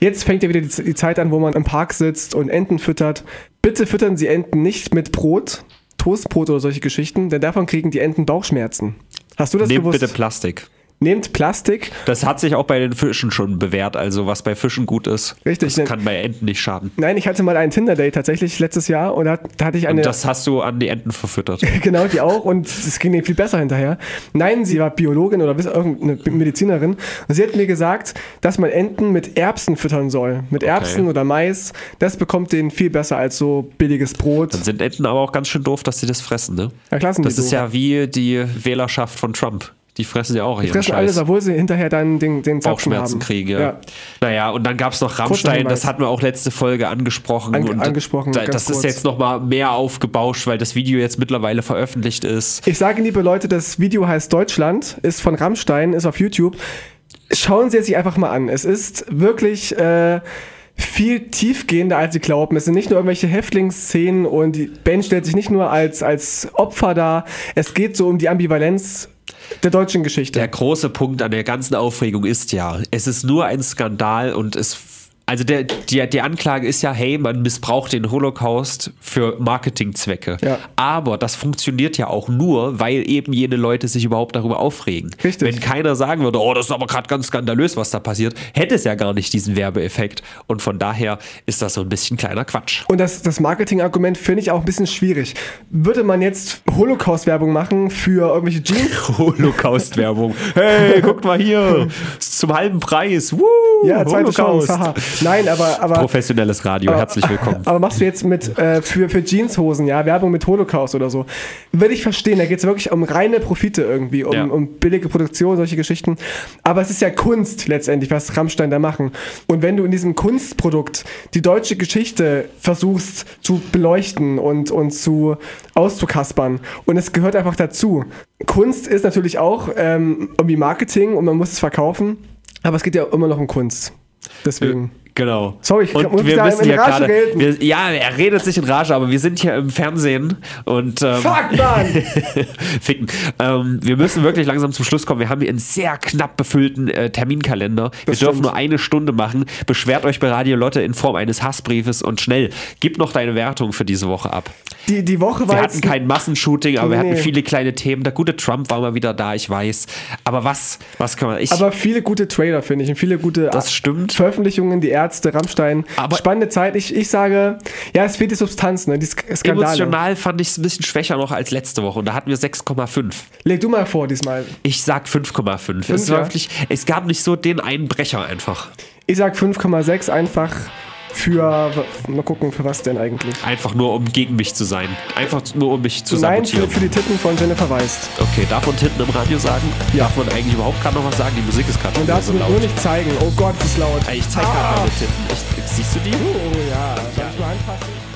Speaker 2: Jetzt fängt ja wieder die, Z- die Zeit an, wo man im Park sitzt und Enten füttert. Bitte füttern Sie Enten nicht mit Brot, Toastbrot oder solche Geschichten, denn davon kriegen die Enten Bauchschmerzen. Hast du das
Speaker 1: Nehmt
Speaker 2: gewusst?
Speaker 1: bitte Plastik.
Speaker 2: Nehmt Plastik.
Speaker 1: Das hat sich auch bei den Fischen schon bewährt. Also was bei Fischen gut ist,
Speaker 2: Richtig,
Speaker 1: das
Speaker 2: ne-
Speaker 1: kann bei Enten nicht schaden.
Speaker 2: Nein, ich hatte mal ein Tinder-Date tatsächlich letztes Jahr und da, da hatte ich eine.
Speaker 1: Und das hast du an die Enten verfüttert.
Speaker 2: genau, die auch und es ging denen viel besser hinterher. Nein, sie war Biologin oder wiss- irgendeine Medizinerin und sie hat mir gesagt, dass man Enten mit Erbsen füttern soll. Mit Erbsen oder Mais, das bekommt denen viel besser als so billiges Brot.
Speaker 1: Sind Enten aber auch ganz schön doof, dass sie das fressen, ne?
Speaker 2: Ja, klar sind
Speaker 1: Das
Speaker 2: die
Speaker 1: ist
Speaker 2: doof.
Speaker 1: ja wie die Wählerschaft von Trump. Die fressen ja auch
Speaker 2: Die fressen alles, obwohl sie hinterher dann den, den Zapfen
Speaker 1: Bauchschmerzen
Speaker 2: haben.
Speaker 1: kriegen. Ja. Naja, und dann gab es noch
Speaker 2: Kurzer
Speaker 1: Rammstein,
Speaker 2: Hinweis.
Speaker 1: das hatten wir auch letzte Folge angesprochen.
Speaker 2: Ange-
Speaker 1: und
Speaker 2: angesprochen,
Speaker 1: da,
Speaker 2: ganz
Speaker 1: das ist
Speaker 2: kurz.
Speaker 1: jetzt nochmal mehr aufgebauscht, weil das Video jetzt mittlerweile veröffentlicht ist.
Speaker 2: Ich sage, liebe Leute, das Video heißt Deutschland, ist von Rammstein, ist auf YouTube. Schauen Sie es sich einfach mal an. Es ist wirklich äh, viel tiefgehender, als Sie glauben. Es sind nicht nur irgendwelche Häftlingsszenen und die Band stellt sich nicht nur als, als Opfer dar. Es geht so um die Ambivalenz der deutschen Geschichte.
Speaker 1: Der große Punkt an der ganzen Aufregung ist ja, es ist nur ein Skandal und es. Also der, die, die Anklage ist ja, hey, man missbraucht den Holocaust für Marketingzwecke.
Speaker 2: Ja.
Speaker 1: Aber das funktioniert ja auch nur, weil eben jene Leute sich überhaupt darüber aufregen.
Speaker 2: Richtig.
Speaker 1: Wenn keiner sagen würde, oh, das ist aber gerade ganz skandalös, was da passiert, hätte es ja gar nicht diesen Werbeeffekt. Und von daher ist das so ein bisschen kleiner Quatsch.
Speaker 2: Und das, das Marketingargument finde ich auch ein bisschen schwierig. Würde man jetzt Holocaust-Werbung machen für irgendwelche Jeans?
Speaker 1: Holocaust-Werbung. Hey, guckt mal hier. Ist Zum halben Preis. Woo,
Speaker 2: Ja, zweite Chance. Haha. Nein, aber. aber
Speaker 1: Professionelles Radio,
Speaker 2: aber-
Speaker 1: herzlich willkommen.
Speaker 2: Aber machst du jetzt mit äh, für, für Jeanshosen, ja, Werbung mit Holocaust oder so? Will ich verstehen, da geht es wirklich um reine Profite irgendwie, um,
Speaker 1: Ja.
Speaker 2: um billige Produktion, solche Geschichten. Aber es ist ja Kunst letztendlich, was Rammstein da machen. Und wenn du in diesem Kunstprodukt die deutsche Geschichte versuchst zu beleuchten und, und zu auszukaspern, und es gehört einfach dazu. Kunst ist natürlich auch ähm, irgendwie Marketing und man muss es verkaufen, aber es geht ja immer noch um Kunst. Deswegen.
Speaker 1: Genau.
Speaker 2: Sorry, ich muss
Speaker 1: und wir
Speaker 2: da
Speaker 1: müssen
Speaker 2: in
Speaker 1: ja
Speaker 2: Rage
Speaker 1: gerade.
Speaker 2: reden.
Speaker 1: Wir, ja, er redet sich in Rage, aber wir sind hier im Fernsehen und ähm,
Speaker 2: Fuck, Mann!
Speaker 1: ficken. Ähm, wir müssen wirklich langsam zum Schluss kommen. Wir haben hier einen sehr knapp befüllten äh, Terminkalender. wir dürfen
Speaker 2: stimmt.
Speaker 1: nur eine Stunde machen. Beschwert euch bei Radio Lotte in Form eines Hassbriefes und schnell. Gib noch deine Wertung für diese Woche ab.
Speaker 2: Die, die Woche war
Speaker 1: Wir
Speaker 2: jetzt
Speaker 1: hatten kein Massenshooting, aber wir hatten
Speaker 2: Nee.
Speaker 1: viele kleine Themen. Der gute Trump war mal wieder da, ich weiß. Aber was, was kann man. Ich,
Speaker 2: aber viele gute Trailer, finde ich, und viele gute
Speaker 1: Das
Speaker 2: A-
Speaker 1: stimmt.
Speaker 2: Veröffentlichungen, die Ärzte, Rammstein.
Speaker 1: Aber-
Speaker 2: Spannende Zeit. Ich, ich sage, ja, es fehlt die Substanz, ne? Die Sk Skandale.
Speaker 1: emotional fand ich es ein bisschen schwächer noch als letzte Woche. Und da hatten wir 6,5.
Speaker 2: Leg du mal vor diesmal.
Speaker 1: Ich sag 5,5.
Speaker 2: Fünf,
Speaker 1: Es, war
Speaker 2: ja.
Speaker 1: wirklich- es gab nicht so den einen Brecher einfach.
Speaker 2: Ich sag 5,6 einfach für. Mal gucken, für was denn eigentlich.
Speaker 1: Einfach nur, um gegen mich zu sein. Einfach nur, um mich zu
Speaker 2: Nein, für,
Speaker 1: sabotieren.
Speaker 2: für die Titten von Jennifer Weist.
Speaker 1: Okay, darf man hinten im Radio sagen? Darf man eigentlich überhaupt gerade noch was sagen? Die Musik ist gerade
Speaker 2: Und
Speaker 1: wieder
Speaker 2: darfst
Speaker 1: so
Speaker 2: du mir
Speaker 1: laut.
Speaker 2: nur nicht zeigen. Oh Gott, es ist laut.
Speaker 1: Ey, Ich zeig gerade meine Titten. Ich, siehst du die?
Speaker 2: Oh ja, soll ich mal anfassen?